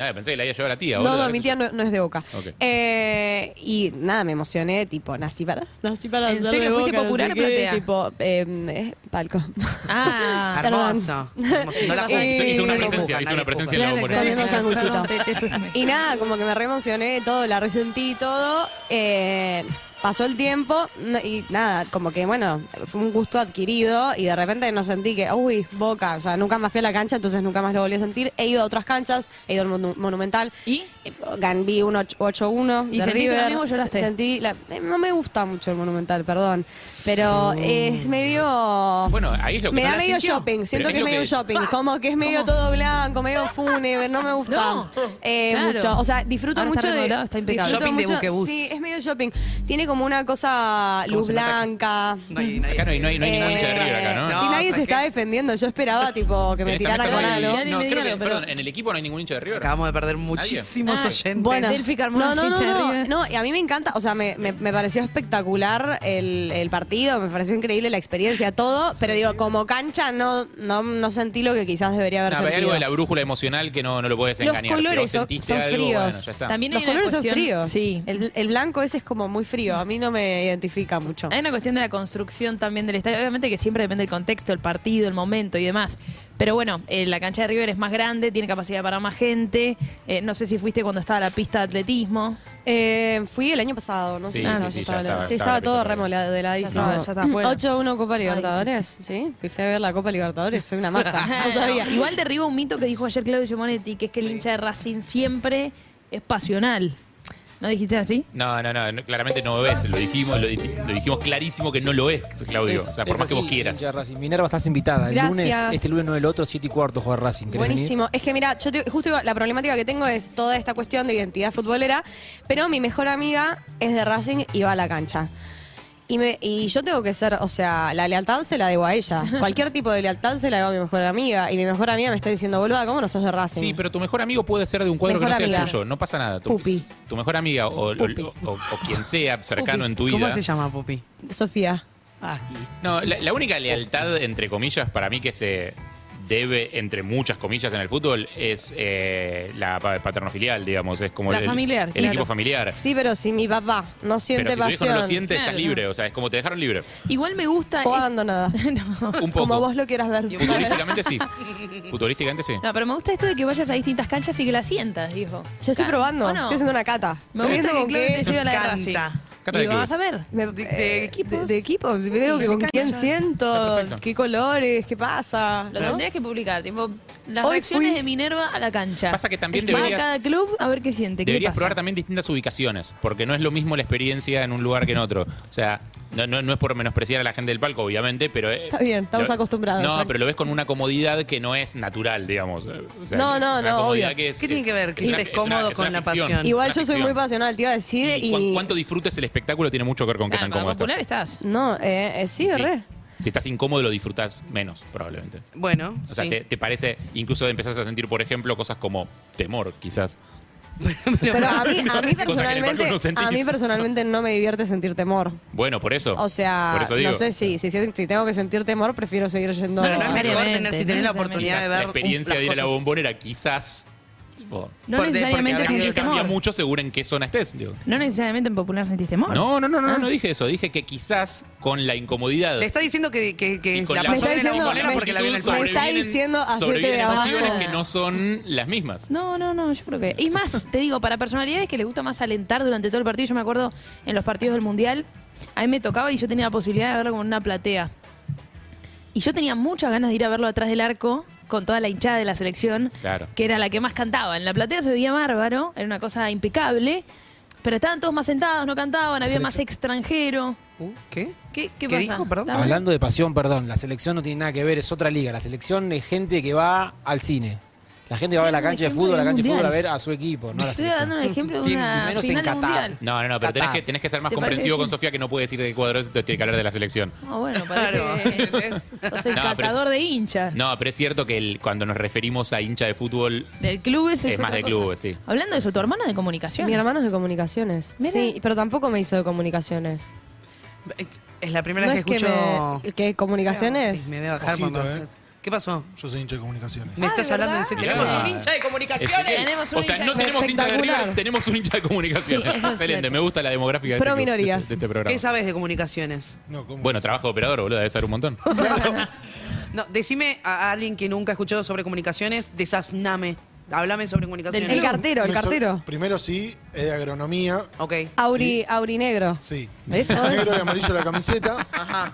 Ah, pensé que la había llevado la tía.
No,
boludo,
no,
qué
mi
sé
tía
yo.
no, no es de boca.
Ok.
Eh, y nada, me emocioné, tipo, nací para. Nací para
¿En
ser
serio?
de
¿Fuiste
Boca, no
popular
sé
o
qué,
platea?
Tipo, eh, eh, palco.
Ah,
Perdón.
Hermoso. hermoso. No la
Hizo-
juzguen,
Hizo una
nadie
Eh,
presencia,
juzga,
hizo una
nadie
presencia
juzga.
en la
claro,
bombonera.
Saliendo
claro,
sanguchito.
perdón, te- te subestimé.
Y nada, como que me reemocioné todo, la resentí todo. eh, pasó el tiempo no- y nada, como que bueno, fue un gusto adquirido y de repente no sentí que, uy, boca, o sea, nunca más fui a la cancha, entonces nunca más lo volví a sentir. He ido a otras canchas, he ido al Monu- Monumental.
¿Y?
eh, gan- Vi un och- 8-1
¿Y
de
sentiste lo
River.
mismo o lloraste?
se- Sentí la- eh, no me gusta mucho el Monumental, perdón. Pero es medio.
Bueno, ahí es lo que
Me
no
da
la
medio
sintió.
shopping, siento
Pero es
que es
lo
medio
que- ¡Ah!
shopping, como que es medio todo blanco, medio fúnebre, no me gusta
No,
eh,
claro.
mucho. O sea, disfruto
Ahora está
mucho de.
remodelado, está impecable.
disfruto
Shopping de buquebús.
Sí, es medio shopping. Tiene como una cosa
¿Cómo
luz
se nota que-
blanca.
No hay, nadie-
Acá no hay, no hay, no hay ningún
Eh,
hincha de River acá, ¿no?
No,
Si nadie
¿sabes
se está
qué?
defendiendo, yo esperaba tipo que
En
me
esta
tirara
mesa
con
no hay-
algo.
Nadie
No,
me
creo
diga,
que,
pero-
perdón, en el equipo no hay ningún hincha de River.
Acabamos de perder muchísimos
Nadie.
oyentes.
Bueno,
Delphi Carmona,
no, no,
hincha de
no,
River.
no, y a mí me encanta, o sea, me, me- me pareció espectacular el, el partido, me pareció increíble la experiencia, todo, pero digo, como cancha no, no, no sentí lo que quizás debería haber
No, pero hay
sentido.
algo de la brújula emocional que no, no lo puedes
Los
engañar. si
colores
vos
son-
sentiste
son
algo,
fríos.
bueno, ya está.
También hay
Los
una
colores son
cuestión-
fríos.
Sí.
El, el blanco ese es como muy frío. A mí no me identifica mucho.
Hay una cuestión de la construcción también del estadio. Obviamente que siempre depende del contexto, el partido, el momento y demás. Pero bueno, eh, la cancha de River es más grande, tiene capacidad para más gente. Eh, no sé si fuiste cuando estaba la pista de atletismo.
Eh, fui el año pasado, no
Sí,
sé
sí,
si
sí, ya
estaba,
estaba-
sí,
estaba
estaba todo
la pista
remodeladísimo.
Ya estaba- ya estaba fuera.
8-1 Copa Libertadores, sí. Fui a ver la Copa Libertadores, soy una masa. No sabía.
Igual derriba un mito que dijo ayer Claudio Simonetti, que es que el hincha de Racing siempre es pasional. ¿No dijiste así?
No, no, no, no, claramente no lo es. Lo dijimos, lo, di- lo dijimos clarísimo que no lo es, Claudio. o sea, por
Es
más que
así,
vos quieras.
hincha de Racing. Minerva, estás invitada. El lunes,
Gracias.
este lunes no el otro, 7 y cuarto juega Racing. ¿Querés venir?
Buenísimo. Es que mira, yo te- justo iba- la problemática que tengo es toda esta cuestión de identidad futbolera, pero mi mejor amiga es de Racing y va a la cancha. Y, me, y yo tengo que ser, o sea, la lealtad se la debo a ella. Cualquier tipo de lealtad se la debo a mi mejor amiga. Y mi mejor amiga me está diciendo, boluda, ¿cómo no sos de Racing?
Sí, pero tu mejor amigo puede ser de un cuadro
Mejor
que no sea el
amiga.
tuyo. No pasa nada. Tu,
Pupi.
tu mejor amiga o, o- o- o quien sea cercano en tu vida.
¿Cómo se llama, Pupi?
Sofía.
Ah,
No, la, la única lealtad, entre comillas, para mí que se debe, entre muchas comillas, en el fútbol, es eh, la pa- paternofilial, digamos. Es como
La
el,
familiar,
el
claro.
equipo familiar.
Sí, pero si mi papá no
Pero
siente
si tu hijo
pasión
no lo siente,
Claro.
estás libre. O sea, es como te dejaron libre.
Igual me gusta.
o abandonada,
No.
Un poco.
como vos lo quieras ver.
Futurísticamente sí. Futurísticamente sí.
No, pero me gusta esto de que vayas a distintas canchas y que la sientas, dijo.
Yo estoy
Ca-
probando,
¿O no?
estoy haciendo una cata. estoy
Me gusta
viendo
que
con
Claudio
qué...
te lleve a la de Racing.
Canta.
Cata de
Y vas
clubes.
a ver.
Me- eh,
De- de equipos.
De equipos. Veo que con quién siento,
perfecto.
qué colores, qué pasa.
Lo
¿no?
tendrías que publicar, tipo, las
Hoy
reacciones
fui-
de Minerva a la cancha.
Pasa que también
Va
deberías-
a cada club a ver qué siente, qué le
Deberías
pasa.
probar también distintas ubicaciones, porque no es lo mismo la experiencia en un lugar que en otro. O sea, no, no- no es por menospreciar a la gente del palco, obviamente, pero... eh,
Está bien, estamos
lo-
acostumbrados,
No,
tranqui.
pero lo ves con una comodidad que no es natural, digamos. O sea,
No, no,
es una
no,
comodidad
obvio.
que es-
¿Qué tiene
es-
que ver? Que estés cómodo con la pasión.
es
Igual
una
yo soy
ficción.
muy pasional, te iba a decir
Y
y...
cuan- cuánto disfrutes el espectáculo tiene mucho que ver con qué
Ah,
tan
para
cómodo
popular
estás.
estás.
No, eh, eh, sí,
Sí.
re.
Si estás incómodo lo disfrutás menos, probablemente.
Bueno,
O sea,
sí.
te, te parece, incluso empezás a sentir, por ejemplo, cosas como temor, quizás.
Pero a mí, a mí
Cosa que en el palco
personalmente,
no sentís.
a mí personalmente no me divierte sentir temor.
Bueno, por eso.
O sea,
por eso digo,
no sé si, si, si tengo que sentir temor, prefiero seguir yendo.
Pero no es
No,
mejor
necesariamente,
tener, si
no
tenés la
necesariamente.
oportunidad de
la
ver.
experiencia
un-
de ir a
las
la
cosas-
bombonera quizás Tipo,
No Porque- necesariamente porque habrá sentís ido-
Cambia
temor.
mucho según en qué zona estés. digo.
No necesariamente en popular sentís temor.
No, no, no, no,
Ah.
no dije eso. Dije que quizás con la incomodidad.
Le está diciendo que, que, que
y con
la
la
pasó
zona
en la
de
bombonera
bombonera
porque la vio en el
multitud
parque.
está
sobrevienen-
diciendo a siete
sobreviven
de abajo.
emociones que no son las mismas.
No, no, no, yo creo que. Y más, te digo, para personalidades que les gusta más alentar durante todo el partido, yo me acuerdo en los partidos del Mundial, a mí me tocaba y yo tenía la posibilidad de verlo como en una platea. Y yo tenía muchas ganas de ir a verlo atrás del arco con toda la hinchada de la selección,
Claro.
que era la que más cantaba. En la platea se veía bárbaro, era una cosa impecable, pero estaban todos más sentados, no cantaban, había más extranjero.
Uh, ¿Qué?
¿Qué,
¿Qué
qué, pasa?
dijo? Perdón.
¿Está mal?
Hablando de pasión, perdón, la selección no tiene nada que ver, es otra liga. La selección es gente que va al cine. La gente que va a la
Un
cancha de
ejemplo
fútbol, a la
del
cancha de fútbol a
Mundial.
ver a su equipo, no a la
Estoy
selección.
dando un ejemplo de
Tiene-
una
menos en
final de
Qatar.
mundial.
Ah, No, no, no, pero tenés
Capaz.
que, tenés que ser más
¿Te parece
comprensivo con
bien?
Sofía que no puede decir de qué cuadro es, entonces tiene que hablar de la selección.
Ah, bueno, parece
Claro.
que sos el
No, pero
catador
es-
de hinchas.
No, pero es cierto que el- cuando nos referimos a hincha de fútbol,
Del club es,
Es
otra
más de
cosa.
clubes, sí.
Hablando de eso, tu hermana de comunicación.
Mi hermano es de comunicaciones.
Mira.
Sí, pero tampoco me hizo de comunicaciones.
Es la primera
No
vez
es
que
que,
escucho.
me, que comunicaciones.
Sí, me voy a bajar,
Ojito,
mamá.
eh.
¿Qué pasó?
Yo soy hincha de comunicaciones.
Me estás hablando de ese
Mirá.
Tenemos un hincha de comunicaciones.
Tenemos un
o sea,
hincha
no
de-
tenemos hincha de
espectacular.
River, tenemos un hincha de comunicaciones.
Sí, eso es
Excelente,
cierto.
me gusta la demográfica de, este
Pro
club, de este-
minorías.
de este programa.
¿Qué sabes de comunicaciones?
No, ¿cómo?
Bueno, trabajo de operador, boludo, debe ser un montón.
No, decime a alguien que nunca ha escuchado sobre comunicaciones, desazname. Háblame sobre comunicaciones.
El cartero, el
Me sor-
cartero.
Primero sí, es de agronomía.
Ok.
Auri, Aurinegro.
Sí.
¿Ves?
Negro y amarillo la camiseta.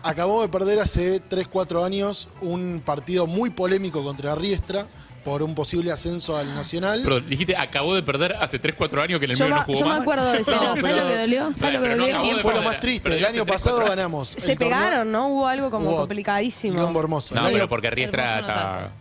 Acabó de perder hace 3, 4 años un partido muy polémico contra Riestra por un posible ascenso al Nacional.
Pero dijiste, acabó de perder hace 3-4 años que en el
Yo,
medio no
ma-
jugó
yo me
más.
acuerdo de eso.
No, ¿Sabes
pero-
lo que dolió? ¿Sabes lo que
Pero no acabó
dolió?
de
Fue lo
perder,
más triste.
perdió
El
hace
año
tres,
pasado
cuatro años.
ganamos.
Se
el torneo.
pegaron, ¿no? Hubo algo como
Hubo quilombo
complicadísimo.
hermoso. El
No,
año-
pero porque Riestra
Hermoso no
está...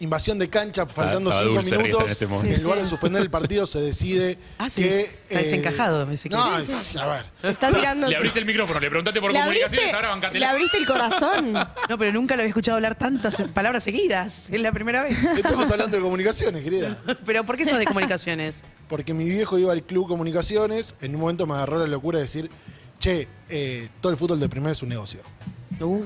Invasión de cancha, faltando
estaba
5
dulce Riestra
minutos.
en ese
En,
momento.
Sí,
lugar
sí.
de suspender el partido, se decide
Ah, sí,
que. eh,
está desencajado, me dice que-
No, es- a ver.
Está mirando.
Le abriste el micrófono, le preguntaste por
¿Le
comunicaciones,
abriste-
ahora
le
bancatela.
abriste el corazón.
No, pero nunca lo había escuchado hablar tantas palabras seguidas. Es la primera vez.
Estamos hablando de comunicaciones, querida.
Pero ¿por qué sos de comunicaciones?
Porque mi viejo iba al club comunicaciones. En un momento me agarró la locura de decir, che, eh, todo el fútbol de primera es un negocio.
Uh,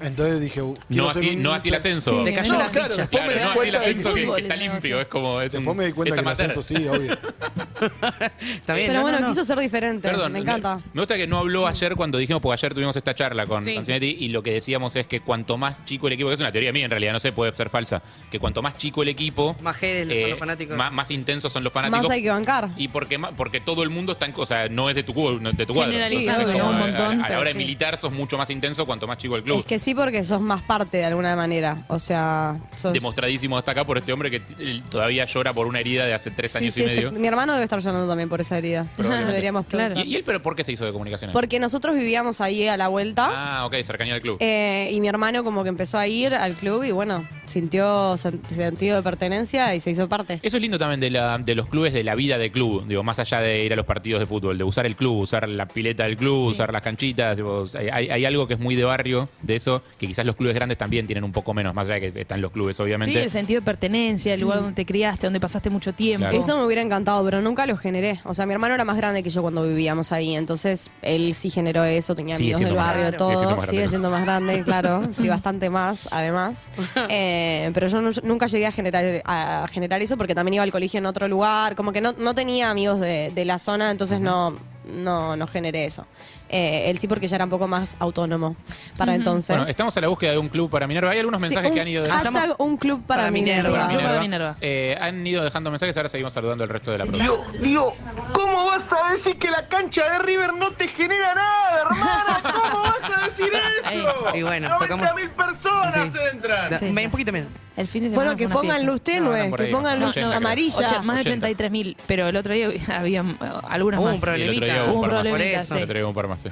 Entonces dije, "Uh, quiero
No
ser
así,
un
no
hincha".
así el ascenso.
me
Sí,
cayó
no,
la
claro,
ficha.
después me
Claro,
di
no así el
cuenta de que
ascenso
sí.
que, que está limpio, es como... Es
Después
un-
me di cuenta
es
que el
amateur.
ascenso sí, obvio.
Está bien. no,
Pero
Eh,
no,
bueno,
no.
quiso ser diferente.
Perdón,
me encanta.
Me gusta que no habló ayer cuando dijimos, porque ayer tuvimos esta charla con
Sí.
Ancionetti y lo que decíamos es que cuanto más chico el equipo, que es una teoría mía en realidad, no sé, puede ser falsa, que cuanto más chico el equipo, eh,
Más hedes son los fanáticos.
Más, más intensos son los fanáticos.
Más hay que bancar.
y porque, ma- porque todo el mundo está en cosa, no es de tu, cu- no es de tu cuadro.
Generalizado,
Entonces,
¿no?
como,
Un montón,
a, a la
pero
hora de
sí.
militar sos mucho más intenso cuanto más chico el club.
Es que sí, porque sos más parte de alguna manera. O sea, sos.
Demostradísimo hasta acá por este hombre que t- él todavía llora por una herida de hace tres
Sí,
años
sí,
y medio.
espe- Mi hermano debe estar llorando también por esa herida.
Probablemente.
Deberíamos
Claro.
preguntar.
¿Y, y él, pero por qué se hizo de comunicaciones?
Porque nosotros vivíamos ahí a la vuelta.
Ah, ok, cercanía del club.
eh, y mi hermano como que empezó a ir al club y bueno, sintió sen- sentido de pertenencia y se hizo parte.
Eso es lindo también de, la- de los clubes, de la vida de club, digo, más allá de ir a los partidos de fútbol, de usar el club, usar la pileta del club, usar las canchitas, digo, hay, hay- hay algo que es muy de barrio de eso, que quizás los clubes grandes también tienen un poco menos, más allá de que están los clubes,
Sí,
obviamente.
el sentido de pertenencia, el lugar donde te criaste, donde pasaste mucho tiempo.
Claro.
Eso me hubiera encantado, pero nunca lo generé. O sea, mi hermano era más grande que yo cuando vivíamos ahí, entonces él sí generó eso, tenía
Sigue
amigos
siendo
del
más
barrio,
grande. Sigue siendo
todo.
más grande.
Sigue siendo más grande, claro. Sí, bastante más, además. Eh, pero yo no- nunca llegué a generar, a generar eso porque también iba al colegio en otro lugar. Como que no, no tenía amigos de, de la zona, entonces no, no, no generé eso. Eh, él sí porque ya era un poco más autónomo para entonces.
Bueno, estamos a la búsqueda de un club para Minerva. Hay algunos
Sí,
mensajes
un-
que han ido
hashtag
Estamos-
un club para,
para
Minerva.
Minerva.
Minerva.
Para Minerva.
Eh, han ido dejando mensajes, ahora seguimos saludando al resto de la producción.
Digo, digo, ¿cómo vas a decir que la cancha de River no te genera nada, hermana? ¿Cómo vas a decir eso?
Ey, y bueno,
90.000
tocamos-
personas
Sí.
entran.
Da-
Sí.
ven un poquito menos.
El fin de semana
Bueno, que
fue una
pongan
fiesta.
luz
No,
tenue,
andan por
que
ahí.
pongan luz
80, creo.
amarilla.
Ocha- más de
80.
83.000, pero el otro día había eh, algunas
Hubo
más.
un problema.
Y el otro
problemita.
día hubo
Hubo
un
un
par más.
Por
problemita,
eso.
El otro día hubo un par más, sí.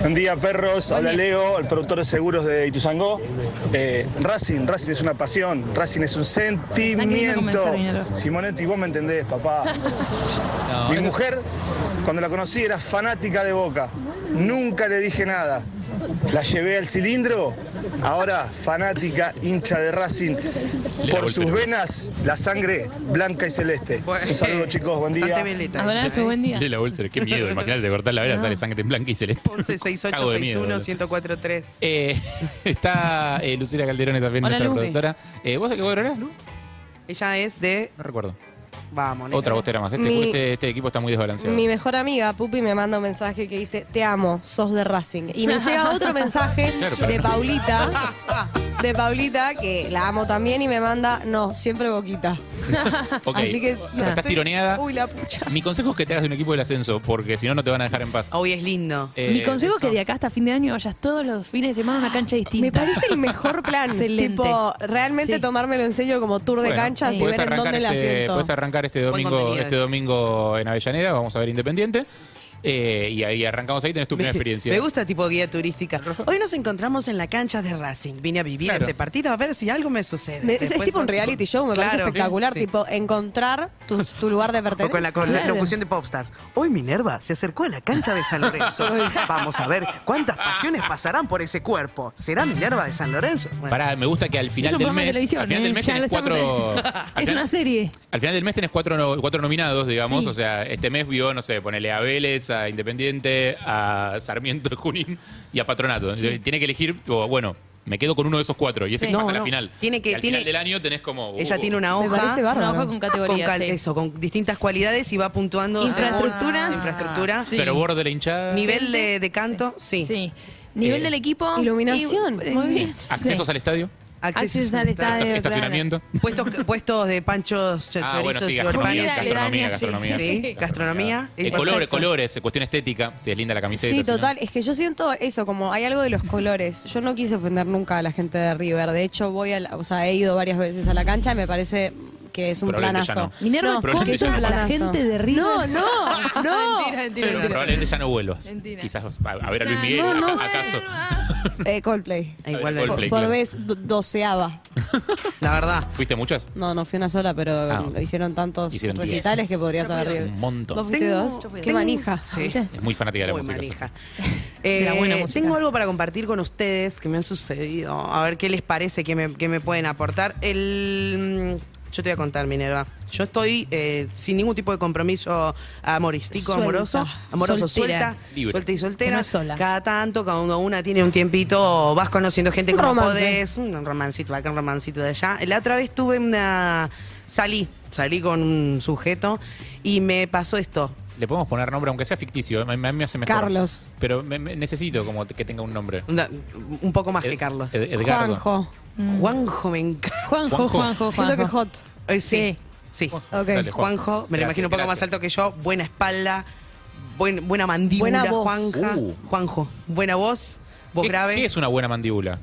Buen día, perros.
Buen
Habla
día.
Leo, el productor de seguros de Ituzangó. Eh, Racing, Racing es una pasión, Racing es un
lindo
sentimiento.
comenzar, Minero.
Simonetti, vos me entendés, papá.
No,
Mi mujer, cuando la conocí, era fanática de Boca. Nunca le dije nada. La llevé al cilindro, ahora fanática, hincha de Racing.
hago
Por
el
sus
cerebro.
venas, la sangre blanca y celeste.
Bueno,
Un saludo, chicos, buen día.
Bastante ¿eh? bien letal.
Abrazo, buen día.
De la úlcera, qué miedo, imagínate, te cortás la vera, sale sangre en blanca y se le
11 68
Cago de miedo,
61
boludo.
1043.
Eh, está eh, Lucila Calderone también,
Hola,
nuestra
Lu.
productora. Eh, ¿Vos de qué cuadro eras, Lu?
Ella es de.
No recuerdo.
Vamos,
Otra bostera más. Este,
Mi-
este- este equipo está muy desbalanceado.
Mi mejor amiga, Pupi, me manda un mensaje que dice, te amo, sos de Racing. Y me llega otro mensaje
Claro, pero
de
no.
Paulita, de Paulita, que la amo también, y me manda, no, siempre boquita.
Ok.
Así que...
O sea,
nada,
estás
estoy-
tironeada.
Uy, la pucha.
Mi consejo es que te hagas de un equipo del ascenso, porque si no, no te van a dejar en paz.
Hoy es lindo.
Eh,
Mi consejo es que de acá hasta fin de año vayas todos los fines de semana a una cancha distinta.
Me parece el mejor plan.
Excelente.
Tipo, realmente
Sí.
tomármelo en serio como tour de
Bueno,
canchas y
podés
ver en
arrancar
dónde la
este-
siento.
podés arrancar este
Buen
domingo,
contenido
este
ese.
domingo en Avellaneda, vamos a ver Independiente. Eh, y ahí arrancamos ahí, tenés tu primera experiencia.
Me gusta tipo guía turística. Hoy nos encontramos en la cancha de Racing. Vine a vivir
Claro.
este partido a ver si algo me sucede.
Me- es
Después
tipo un
vamos
reality
con-
show, me parece
Claro,
espectacular.
sí.
Tipo, encontrar tu, tu lugar de
O con la,
pertenencia.
con la
Claro.
locución de Popstars. Hoy Minerva se acercó a la cancha de San Lorenzo. Vamos a ver cuántas pasiones pasarán por ese cuerpo. ¿Será Minerva de San Lorenzo? Bueno,
Pará, me gusta que al
Es
final
un
del
programa de
mes.
televisión,
al final
eh,
del mes
ya
tenés
lo estamos-
cuatro. al
Es
final-
una serie.
Al final del mes tenés cuatro, no- cuatro nominados, digamos.
Sí.
O sea, este mes vio, no sé, ponele a Vélez, a Independiente, a Sarmiento de Junín y a Patronato. Tiene que elegir, tipo, bueno, me quedo con uno de esos cuatro y ese
Sí.
que pasa
No,
a la
no.
final.
Tiene que-
Y al
tiene-
final del año tenés como.
ella
uh,
tiene una
Me
hoja.
parece bárbaro.
Una hoja con categoría,
con cal-
sí.
Eso, con distintas cualidades y va puntuando. según-
Infraestructura. Ah,
Infraestructura.
Sí.
Pero borde de la hinchada.
Nivel de, de canto, sí.
Sí. Nivel
Eh,
del equipo.
Iluminación,
Y-
muy
sí.
bien.
Accesos al estadio.
Accesos al estadio,
esta-
claro.
Estacionamiento.
Puestos, puestos de panchos, chorizos
Ah, bueno, sí,
y
gastronomía,
Comida
urbanes.
gastronomía,
aledaña, sí.
gastronomía.
Sí, gastronomía.
Eh,
Y-
colores,
Perfecto.
colores, cuestión estética, si es linda la camiseta.
Sí,
si no.
total. Es que yo siento eso, como hay algo de los colores. Yo no quise ofender nunca a la gente de River. De hecho, voy a la- o sea, he ido varias veces a la cancha y me parece que es un
Probablemente
planazo.
ya no.
Minerva
No,
contra
probablemente ya no
la
pasa.
gente de River.
No, no, no.
mentira, mentira,
Pero
mentira.
probablemente ya no vuelvas.
Mentira.
Quizás a, a ver a Luis Miguel,
No, no
a-
sé.
acaso.
Eh, Coldplay.
Ah, igual
Por-
Coldplay,
Por,
claro.
vez do- doceava.
La verdad.
¿Fuiste muchas?
No, no fui una sola, pero
Ah.
mm, hicieron tantos
Hicieron diez.
recitales que podrías
Yo fui
haber
dos.
ido.
Un montón.
¿Vos fuiste
Tengo-
dos?
Yo fui
Qué
dos.
manija.
Sí.
Es muy fanática de la
Muy
música.
manija.
De la
Eh,
buena música.
Tengo algo para compartir con ustedes que me han sucedido. A ver qué les parece, qué me, qué me pueden aportar. El, mm, yo te voy a contar, Minerva. Yo estoy eh, sin ningún tipo de compromiso amorístico,
Suelta.
amoroso. Amoroso,
Soltera.
suelta.
Libre.
Suelta y soltera.
Que no es sola.
Cada tanto, cada uno una tiene un tiempito, vas conociendo gente
Un
como
romance.
podés. Un romancito acá, un romancito de allá. La otra vez tuve una. Salí, salí con un sujeto y me pasó esto.
Le podemos poner nombre, aunque sea ficticio. A mí a mí me hace mejor.
Carlos.
Pero me- me- necesito como que tenga un nombre.
Una- un poco más que
Ed-
Carlos.
Ed- Edgardo.
Juanjo.
Juanjo me encanta.
mm. Juanjo,
Juanjo.
Juanjo,
Siento que
Juanjo.
hot.
Eh, sí. Sí.
Ok.
Dale,
Juanjo, me lo
Gracias,
imagino un poco más
gracias.
alto que yo, buena espalda, buen- buena mandíbula,
Buena voz.
Juanja.
Uh.
Juanjo, buena voz, voz
¿Qué,
grave,
qué es una buena mandíbula?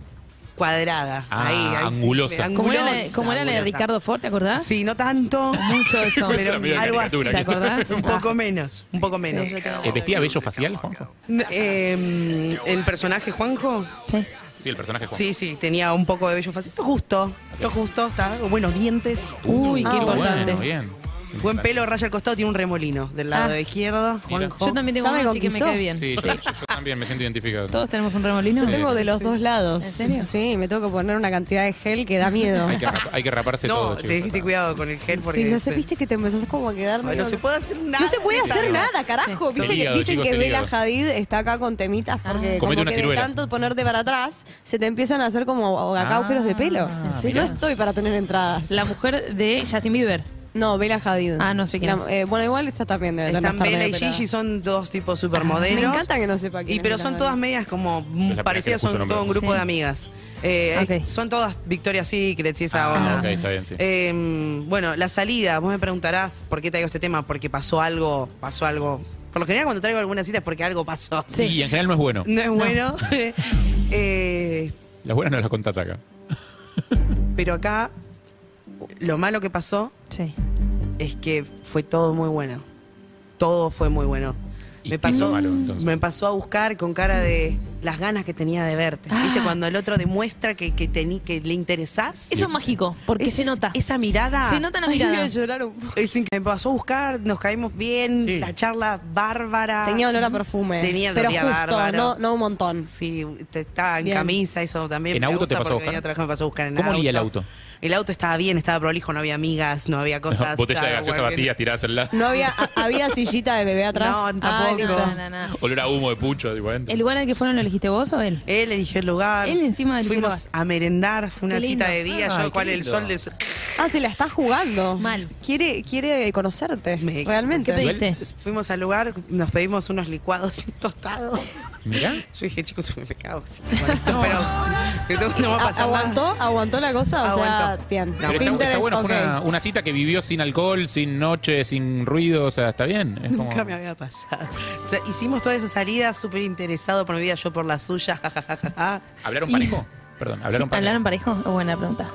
cuadrada.
Ah,
ahí, ahí sí,
angulosa.
Como era, la,
angulosa,
como era la de
angulosa.
Ricardo Ford, ¿te acordás?
Sí, no tanto.
Mucho eso.
Pero
Era medio de
algo así,
caricatura,
¿te acordás?
un poco menos, un poco menos.
¿Eh, ¿Vestía bello facial, Juanjo?
Eh, ¿El personaje Juanjo?
Sí.
Sí, el personaje Juanjo.
Sí, sí, tenía un poco de bello facial. Lo justo, lo justo, está, buenos dientes.
Uy, qué
Ah, bueno,
importante.
Bueno, bien.
Buen pelo, raya al costado, tiene un remolino del lado
Ah.
izquierdo.
Mira.
Juanjo.
Yo también tengo
Ya me
uno, así que me
conquistó.
cae bien.
Sí, yo, yo también me siento identificado.
Todos tenemos un remolino.
Yo tengo de los dos lados.
¿En serio?
Sí, me tengo que poner una cantidad de gel que da miedo.
Hay que, rapa- hay que raparse
No,
todo,
te
chicos.
dijiste cuidado con el gel porque.
Sí, ya
se-
este
se viste que te empezás como a quedar
Ay,
medio-
no se puede hacer nada.
No se puede hacer
Claro.
nada, carajo. Viste
El
que
hígado,
dicen
chicos,
que
el
Bela
hígado.
Hadid está acá con temitas
Ah.
porque
Comete
como
una
que de
ciruela.
tanto ponerte para atrás se te empiezan a hacer como acá
Ah,
agujeros de pelo.
serio?
No estoy para tener entradas.
La mujer de Justin Bieber.
No, Bela Hadid.
Ah, no sé quién es.
eh, bueno, igual está también. debe estar
Están
más tarde
Bella y
operada.
Gigi, son dos tipos
Ah, Me
supermodelos.
encanta que no sepa quién
Y
es
pero
Bela
son
Hadid.
todas medias como mm,
Es la primera
parecidas,
que le puso
son
nombre.
todo un grupo
Sí.
de amigas. Eh,
Ok.
eh, Son todas Victoria's Secret y esa
Ah,
onda.
ok, está bien, sí.
Eh, bueno, la salida, vos me preguntarás por qué traigo este tema, porque pasó algo, pasó algo. Por lo general cuando traigo algunas citas es porque algo pasó.
Sí, y en general no es bueno.
No es bueno. eh,
Las buenas no las contás acá.
pero acá lo malo que pasó
Sí.
es que fue todo muy bueno. Todo fue muy bueno.
¿Y
Me
qué hizo
pasó,
malo, entonces?
me pasó a buscar con cara de las ganas que tenía de verte. ¿Viste? Cuando el otro demuestra que, que, teni- que le interesás.
Eso es mágico, porque
Ese-
se nota.
Esa mirada.
Se nota la
Ay, voy
mirada.
a llorar un poco.
Es inc- me pasó a buscar, nos caímos bien,
Sí.
la charla bárbara.
Tenía olor a perfume.
Ah, Tenía
pero
olor
justo,
a bárbaro.
no, no un montón.
Sí, te- estaba en
Bien.
camisa, eso también.
¿En
me
auto te
gusta
pasó a
porque
buscar?
otra vez me pasó a buscar en
¿Cómo
auto.
olía el auto?
El auto estaba bien, estaba prolijo, no había amigas, no había cosas.
Botella de
estaba
gaseosa
guardia-
vacía, tirás en la.
No había, a- había sillita de bebé atrás.
No,
Ah,
tampoco.
no, no, no.
Olor a humo de pucho, digo, adentro.
¿El lugar al que fueron lo elegiste vos o él?
Él eligió el lugar.
Él encima eligió el
Fuimos a merendar, fue una
Qué
cita
lindo.
de día,
Ay,
yo cual
Ah, qué
el
lindo.
sol de su-
Ah, se la está jugando.
Mal.
Quiere, quiere conocerte. realmente.
Fuimos al lugar, nos pedimos unos licuados tostados.
Mirá.
Yo dije, chicos, me cago. sí, con esto, pero que todo no va a
A-
pasar
aguantó, aguantó la cosa, o
Aguantó.
sea, bien.
Pero está, está
Pinterest,
bueno, fue
ok.
una, una cita que vivió sin alcohol, sin noche, sin ruido, o sea, está bien. Es como-
Nunca me había pasado. O sea, hicimos toda esa salida súper interesado por mi vida, yo por la suya, jajajaja.
¿Hablaron
Y-
parejo? Perdón, hablaron
Sí,
parejo.
¿Hablaron parejo? Oh, Buena pregunta.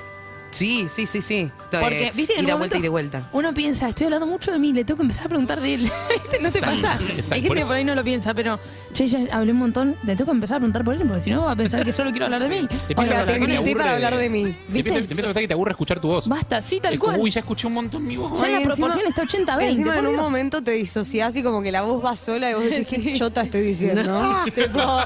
Sí, sí, sí, sí.
Porque,
Eh,
viste, en
y
un
la
momento-
vuelta y de vuelta.
Uno piensa, estoy hablando mucho de mí, le tengo que empezar a preguntar de él. ¿Viste? ¿No te
Exacto,
pasa?
exacto,
Hay
por
gente que
eso.
por ahí no lo piensa, pero che, ya hablé un montón, le tengo que empezar a preguntar por él, porque si no va a pensar que solo quiero hablar de mí.
Te empieza a hablar de mí, te aburre.
mí.
Te empieza, te empieza a pensar que te aburre escuchar tu voz.
Basta, sí, tal
Es como,
cual.
Uy, ya escuché un montón mi voz.
Ya la proporción
está 80-20,
Encima
por
en un
Dios.
momento te disociás y como que la voz va sola y vos decís, ¿qué chota estoy diciendo?
No.
Tipo,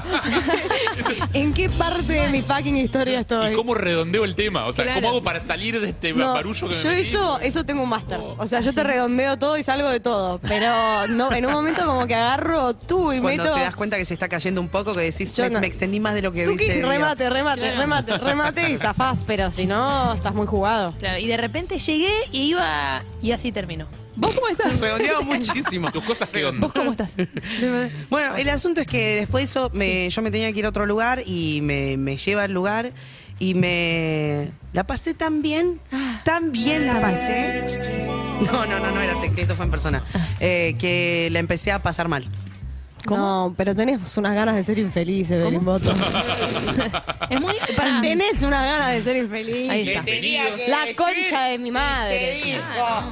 ¿En qué parte de mi fucking historia estoy?
¿Y cómo redondeo el tema? O sea, ¿cómo
Claro.
hago para salir de este
No,
barullo que me
yo
metí? Oh.
eso, eso tengo un máster. O sea, yo te redondeo todo y salgo de todo. Pero no, en un momento como que agarro tú y
Cuando
meto.
te das cuenta que se está cayendo un poco, que decís,
Yo
me,
no.
me extendí más de lo que
Tú
hice
que
de vida.
remate, remate,
Claro.
remate, remate y zafás, pero si no, estás muy jugado.
Claro, y de repente llegué y iba. Y así terminó. ¿Vos cómo estás?
Redondeado muchísimo.
¿Tus cosas qué
¿Vos cómo estás?
Bueno, el asunto es que después de eso me- yo me tenía que ir a otro lugar y me, me lleva al lugar y me... La pasé tan bien,
Ah,
tan bien la pasé. No, no, no, no era sexy, esto fue en persona. Eh, que la empecé a pasar mal.
No, pero tenés unas ganas de ser infeliz, Evelyn Boto.
es muy.
Tenés unas ganas de ser infeliz.
Ahí está. Bienvenidos.
La concha de mi madre.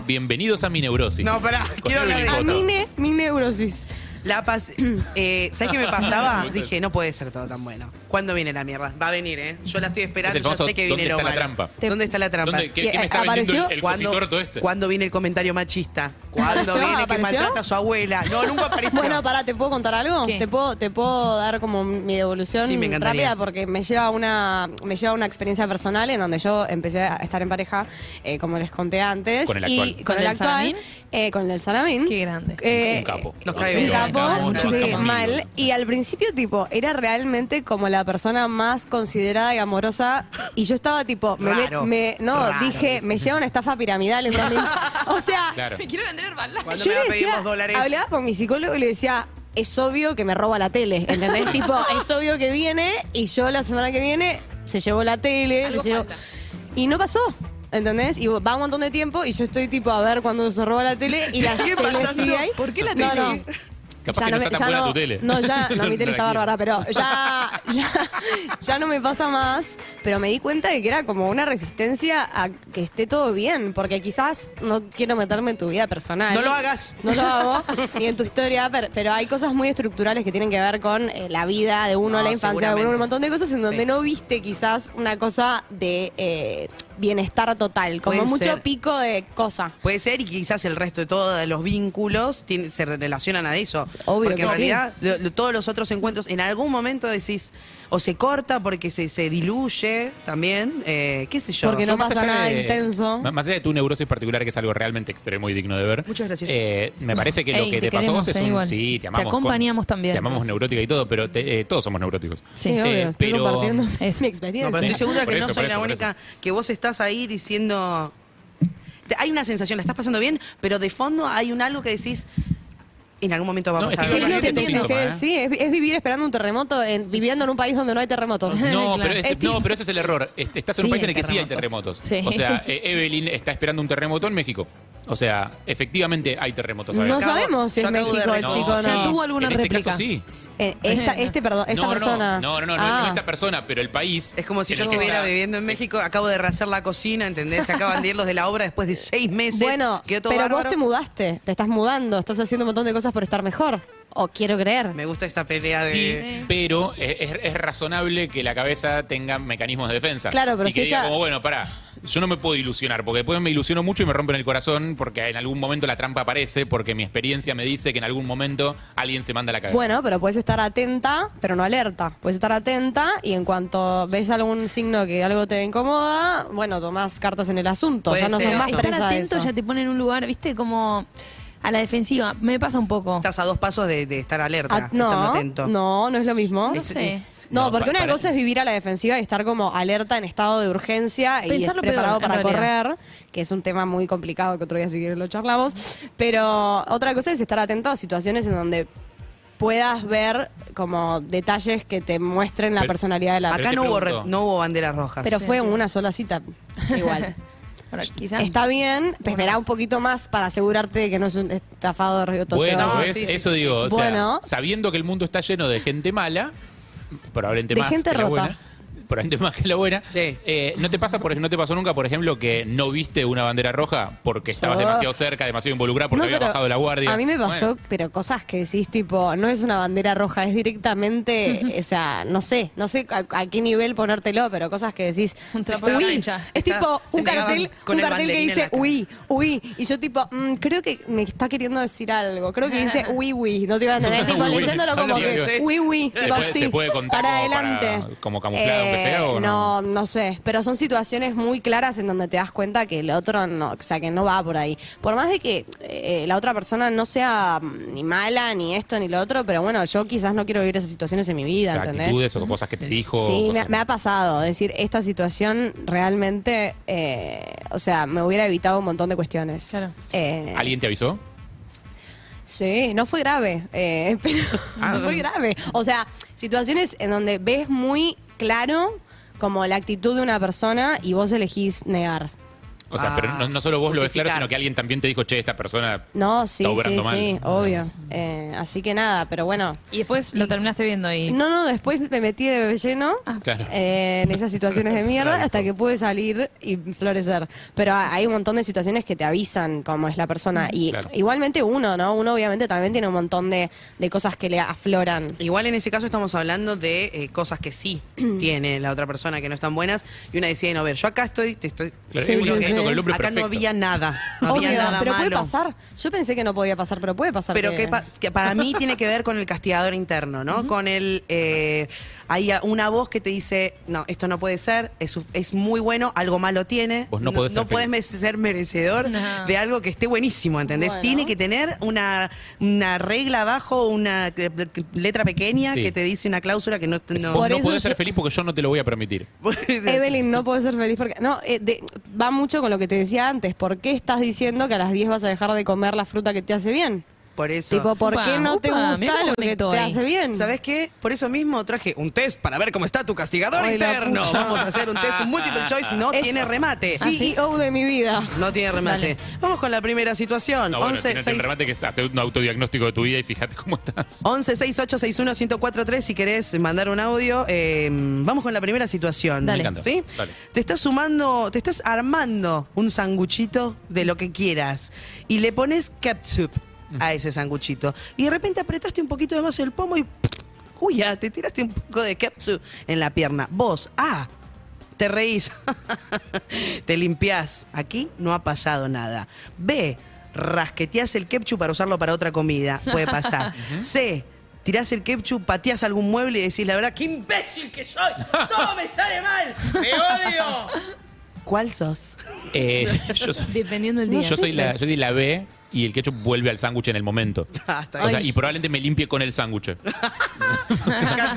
Bienvenidos a mi neurosis.
No, pará,
Con
quiero hablar
Evelyn
de-
Cotto.
A mí
Mine- mi neurosis.
La pasé... eh, ¿Sabes qué me pasaba? Dije, no puede ser todo tan bueno. ¿Cuándo viene la mierda? Va a venir, ¿eh? Yo la estoy
Es
esperando,
el
yo
famoso,
sé que viene
¿dónde
lo
está la
malo.
trampa?
¿Dónde está la trampa? eh,
¿Dónde- qué- qué me está vendiendo el- el
¿Cuándo-
cositorto este?
¿Cuándo viene el comentario machista? ¿Cuándo
¿Apareció?
viene que
¿Apareció?
maltrata a su abuela? No, nunca apareció.
Bueno, pará, ¿te puedo contar algo? ¿Te puedo, ¿Te puedo dar como mi devolución
Sí, me encantaría.
rápida? Porque me lleva, a una, me lleva a una experiencia personal en donde yo empecé a estar en pareja, eh, como les conté antes.
Con el
y
actual.
con,
¿Con
el,
el
actual.
Salamín?
eh, con el del Salamín. Qué grande.
Un capo. Nos cae
Un
bien.
capo,
Nos
sí,
cae bien.
mal. Y al principio, tipo, era realmente como la persona más considerada y amorosa. Y yo estaba, tipo, me,
Raro.
me- no,
Raro,
dije, me lleva una estafa piramidal. ¿entendés? o sea,
Claro.
Me quiero vender balas.
Cuando me va a pedir dos dólares.
hablaba con mi psicólogo y le decía, es obvio que me roba la tele, ¿entendés? tipo, es obvio que viene y yo la semana que viene se llevó la tele, se llevó- Y no pasó. ¿Entendés? Y va un montón de tiempo y yo estoy tipo a ver cuando se roba la tele y la
Sigue
tele
pasando.
sigue ahí.
¿Por qué la
No,
tele
no.
sigue?
Capaz que no
me-
está tan buena tu tele.
No, ya, no, mi
No
tele
la
está
quiero.
bárbara, pero ya, ya, ya no me pasa más. Pero me di cuenta de que era como una resistencia a que esté todo bien, porque quizás no quiero meterme en tu vida personal.
No lo hagas.
No lo hago, ni en tu historia, per- pero, hay cosas muy estructurales que tienen que ver con eh, la vida de uno,
No,
la infancia de uno,
seguramente.
un montón de cosas en donde
Sí.
no viste quizás una cosa de eh, bienestar total, como
Puede
mucho
ser.
pico de cosa.
Puede ser y quizás el resto de todos los vínculos tiene- se re- relacionan a eso.
Obvio
porque en
que sí.
realidad lo- lo- todos los otros encuentros en algún momento decís o se corta porque se, se diluye también, eh, qué sé yo.
Porque no
Yo más
pasa
allá
nada
de-
intenso.
M- Más allá de tu neurosis particular, que es algo realmente extremo y digno de ver. Muchas gracias. me parece que lo
Ey,
que te,
te
pasó a vos
queremos,
es
eh,
un.
igual.
Sí,
Te
te amamos.
acompañamos
con-
también.
Te amamos neurótica y todo, pero te- eh, todos somos neuróticos.
Sí,
Eh,
obvio, estoy
pero-
compartiendo mi
No,
experiencia.
pero estoy segura
Por
que
eso,
no soy
por
la
eso, por
única que vos estás ahí diciendo. Te- Hay una sensación, la estás pasando bien, pero de fondo hay un algo que decís. En algún momento va a pasar.
Sí,
algo.
es lo que tiene
¿eh?
que- sí, es, es vivir esperando un terremoto, en- viviendo en un país donde no hay terremotos.
No, pero ese, no, pero ese es el error. Est- Estás
Este-
en
Sí,
un país en
hay
el que sí hay terremotos.
terremotos.
O
Sí.
sea, eh, Evelyn está esperando un terremoto en México. O sea, efectivamente hay terremotos.
No sabemos si
yo
es
acabo de
México el
recordar-
chico, ¿no?
sí. en este caso sí.
Eh, esta, este, perdón, esta
no,
persona.
No, no, no, no,
Ah.
no esta persona, pero el país.
Es como si
en
yo
el que
estuviera
está-
viviendo en México, acabo de rehacer la cocina, ¿entendés? Se acaban de ir los de la obra después de seis meses.
Bueno,
quedó
pero
todo
vos
bárbaro.
te mudaste, te estás mudando, estás haciendo un montón de cosas por estar mejor. O quiero creer.
Me gusta esta pelea de.
Sí, pero es, es- es razonable que la cabeza tenga mecanismos de defensa.
Claro, pero
y
si
que diga
ella-
como, bueno, pará, yo no me puedo ilusionar, porque después me ilusiono mucho y me rompen el corazón, porque en algún momento la trampa aparece, porque mi experiencia me dice que en algún momento alguien se manda a la cabeza.
Bueno, pero puedes estar atenta, pero no alerta. Puedes estar atenta y en cuanto ves algún signo que algo te incomoda, bueno, tomás cartas en el asunto. Ya no sos más
estar
presa de
atento
eso.
ya te pone en un lugar, viste, como. a la defensiva. Me pasa un poco.
Estás a dos pasos de, de estar alerta,
Ah, no,
estando atento.
no, no es lo mismo.
No sé. Es-
No,
no,
porque
pa-
una
para-
cosa es vivir a la defensiva y estar como alerta en estado de urgencia y
Pensarlo peor,
preparado
en
para
realidad.
correr, que es un tema muy complicado que otro día si quieres lo charlamos. Pero otra cosa es estar atento a situaciones en donde puedas ver como detalles que te muestren la
Pero-
personalidad de la
Acá no hubo, re- no hubo banderas rojas.
Pero fue una sola cita. Igual. Está bien, pero esperá un poquito más para asegurarte de que no es un estafador de
Bueno, pues, ¿ves? eso digo, o sea,
Bueno.
sabiendo que el mundo está lleno de gente mala, probablemente
De
más
gente
que la
rota.
buena, probablemente más que la buena, eh, ¿no te pasa por ej- no te pasó nunca, por ejemplo, que no viste una bandera roja porque estabas
Ah.
demasiado cerca, demasiado involucrada, porque
No,
había
pero
bajado la guardia?
A mí me pasó,
Bueno,
pero cosas que decís, tipo, no es una bandera roja, es directamente, o sea, no sé, no sé a, a qué nivel ponértelo, pero cosas que decís.
trapo de
"Uy",
cancha.
Es tipo
Está-
un
se
cartel,
pegaban con
un
el
cartel que
banderín en la
dice,
cara.
uy, uy. Y yo, tipo, "Mm, creo que me está queriendo decir algo. Creo que dice, uy, uy. No te iban a entender, tipo,
Uy, uy.
leyéndolo como
Habla
que,
bien.
uy, uy.
¿Se
tipo
puede-
así,
se puede contar
para
como para-
adelante. Eh,
como camuflado, aunque sea, o
no, no sé. Pero son situaciones muy claras en donde te das cuenta que el otro no, o sea, que no va por ahí. Por más de que eh, la otra persona no sea mm, ni mala, ni esto, ni lo otro, pero bueno, yo quizás no quiero vivir esas situaciones en mi vida, ¿entendés?
actitudes o cosas que te dijo.
Sí, me,
cosas-
me ha pasado. Es decir, esta situación realmente, eh, o sea, me hubiera evitado un montón de cuestiones. Eh,
¿Alguien te avisó?
Sí, no fue grave, eh, pero
Ah,
no fue grave. O sea, situaciones en donde ves muy claro como la actitud de una persona y vos elegís negar.
O sea,
Ah,
pero no, no solo vos lo ves claro,
justificar.
sino que alguien también te dijo, che, esta persona
No, sí,
está obrando
sí,
mal. Ah,
sí, obvio. Eh, así que nada, pero bueno.
Y después lo terminaste viendo ahí.
No, no, después me metí de bebé lleno
Ah. Claro.
eh, en esas situaciones de mierda hasta que pude salir y florecer. Pero ha- hay un montón de situaciones que te avisan cómo es la persona. Y
Claro.
igualmente uno, ¿no? Uno obviamente también tiene un montón de, de cosas que le afloran.
Igual en ese caso estamos hablando de eh, cosas que sí tiene la otra persona que no están buenas y una decide no ver. Yo acá estoy, te estoy
Pero
Sí,
seguro
sí,
que
sí. con
acá
el hombre
no
perfecto.
había nada, no
Obvio,
había nada
pero puede
malo.
pasar. Yo pensé que no podía pasar, pero puede pasar.
Pero que, pa- que para mí tiene que ver con el castigador interno, ¿no? Con el eh, hay a- una voz que te dice, no, esto no puede ser, es, es muy bueno, algo malo tiene,
Vos no podés ser
podés me- ser merecedor de algo que esté buenísimo, ¿entendés?
Bueno.
Tiene que tener una, una regla abajo, una eh, letra pequeña
Sí.
que te dice una cláusula que no, no-
Vos no podés ser feliz porque yo no te lo voy a permitir.
pues,
Evelyn, no puedo ser feliz porque. No, eh, de- va mucho con lo que te decía antes. ¿Por qué estás diciendo que a las 10 vas a dejar de comer la fruta que te hace bien?
Por eso.
Tipo, ¿por qué no te gusta lo que te hace bien?
¿Sabes qué? Por eso mismo traje un test para ver cómo está tu castigador
Ay, la
interno. Ah,
pucha.
Vamos a hacer un test, un multiple choice, no
Es
tiene remate.
CEO E de mi vida.
No tiene remate. Vamos con la primera situación.
No, bueno,
11
tienes el
6
remate que es hacer un autodiagnóstico de tu vida y fíjate cómo estás.
11 68 61 1043 si querés mandar un audio. eh, vamos con la primera situación.
Dale. Me encanta.
¿Sí?
Dale.
Te estás sumando, te estás armando un sanguchito de lo que quieras y le pones ketchup a ese sanguchito. Y de repente apretaste un poquito de más el pomo y uy, ya, te tiraste un poco de ketchup en la pierna. Vos, ah, te reís, te limpiás. Aquí no ha pasado nada. B, rasqueteás el ketchup para usarlo para otra comida. Puede pasar. C, tirás el ketchup, pateás algún mueble y decís la verdad, qué imbécil que soy. Todo me sale mal. Me odio. ¿Cuál sos?
Eh, yo soy,
Dependiendo del día.
yo soy la, yo soy la B y el ketchup vuelve al sándwich en el momento. O sea, y probablemente me limpie con el
Yo
sándwich.
ya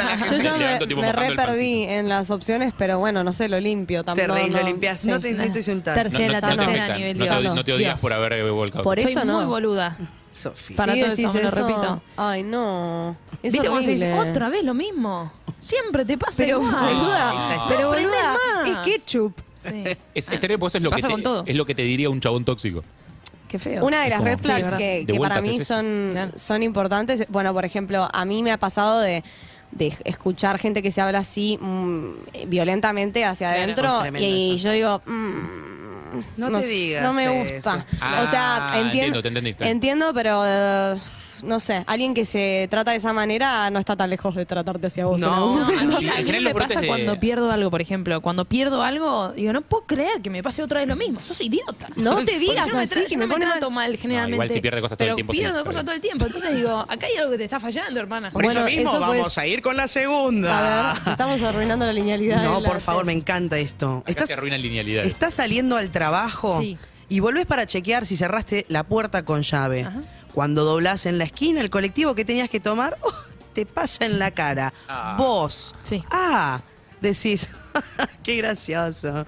me,
Leandro, tipo,
me
mojando
re
el pancito.
perdí en las opciones, pero bueno, no sé, lo limpio
Te
tampoco.
reís, lo limpiás. No te, no te hice un tal.
No, no- no te afecta, no te,
Dios.
no te odias por haber eh, volcado.
Por eso
Soy
no.
muy boluda.
Sofía.
Para todo eso, me lo repito.
Ay, no. Es
¿Viste cuando te
horrible.
dicen otra vez lo mismo? Siempre te pasa
Pero
igual.
boluda,
Ah.
pero
Aprendés
boluda,
más.
es ketchup.
Es, es terrible, porque eso es lo, que
Pasa con todo.
te, es lo que te diría un chabón tóxico.
Qué feo.
Una de las red flags
De
que, que
vuelta
para mí
haces eso.
son, son importantes, bueno, por ejemplo, a mí me ha pasado de, de escuchar gente que se habla así mm, violentamente hacia
Claro.
adentro
Es tremendo
y yo digo, mm,
No te
s-
digas
No me
eso.
gusta.
Ah,
o sea, entiendo,
entiendo, te entendí, está.
entiendo, pero... eh, no sé, alguien que se trata de esa manera no está tan lejos de tratarte hacia vos. en algún
a
momento.
mí- a mí me pasa cuando pierdo algo, por ejemplo. Cuando pierdo algo, digo, no puedo creer que me pase otra vez lo mismo. Sos idiota.
No te digas
Yo no me
así,
tra-
que
yo
me
no me
pone mal.
trato mal generalmente.
igual si pierde cosas todo el
pero
tiempo, sí,
Pierdo
está
cosas
bien.
todo el tiempo. Entonces digo, acá hay algo que te está fallando, hermana.
Por eso mismo vamos a ir con la segunda.
A ver, estamos arruinando la linealidad.
No,
de la
por favor,
tesis.
me encanta esto.
Acá te arruinan linealidades.
Estás saliendo al trabajo
Sí.
y volvés para chequear si cerraste la puerta con llave. Cuando doblás en la esquina el colectivo que tenías que tomar, ¡oh! te pasa en la cara.
Ah.
Vos. Ah, decís, qué gracioso.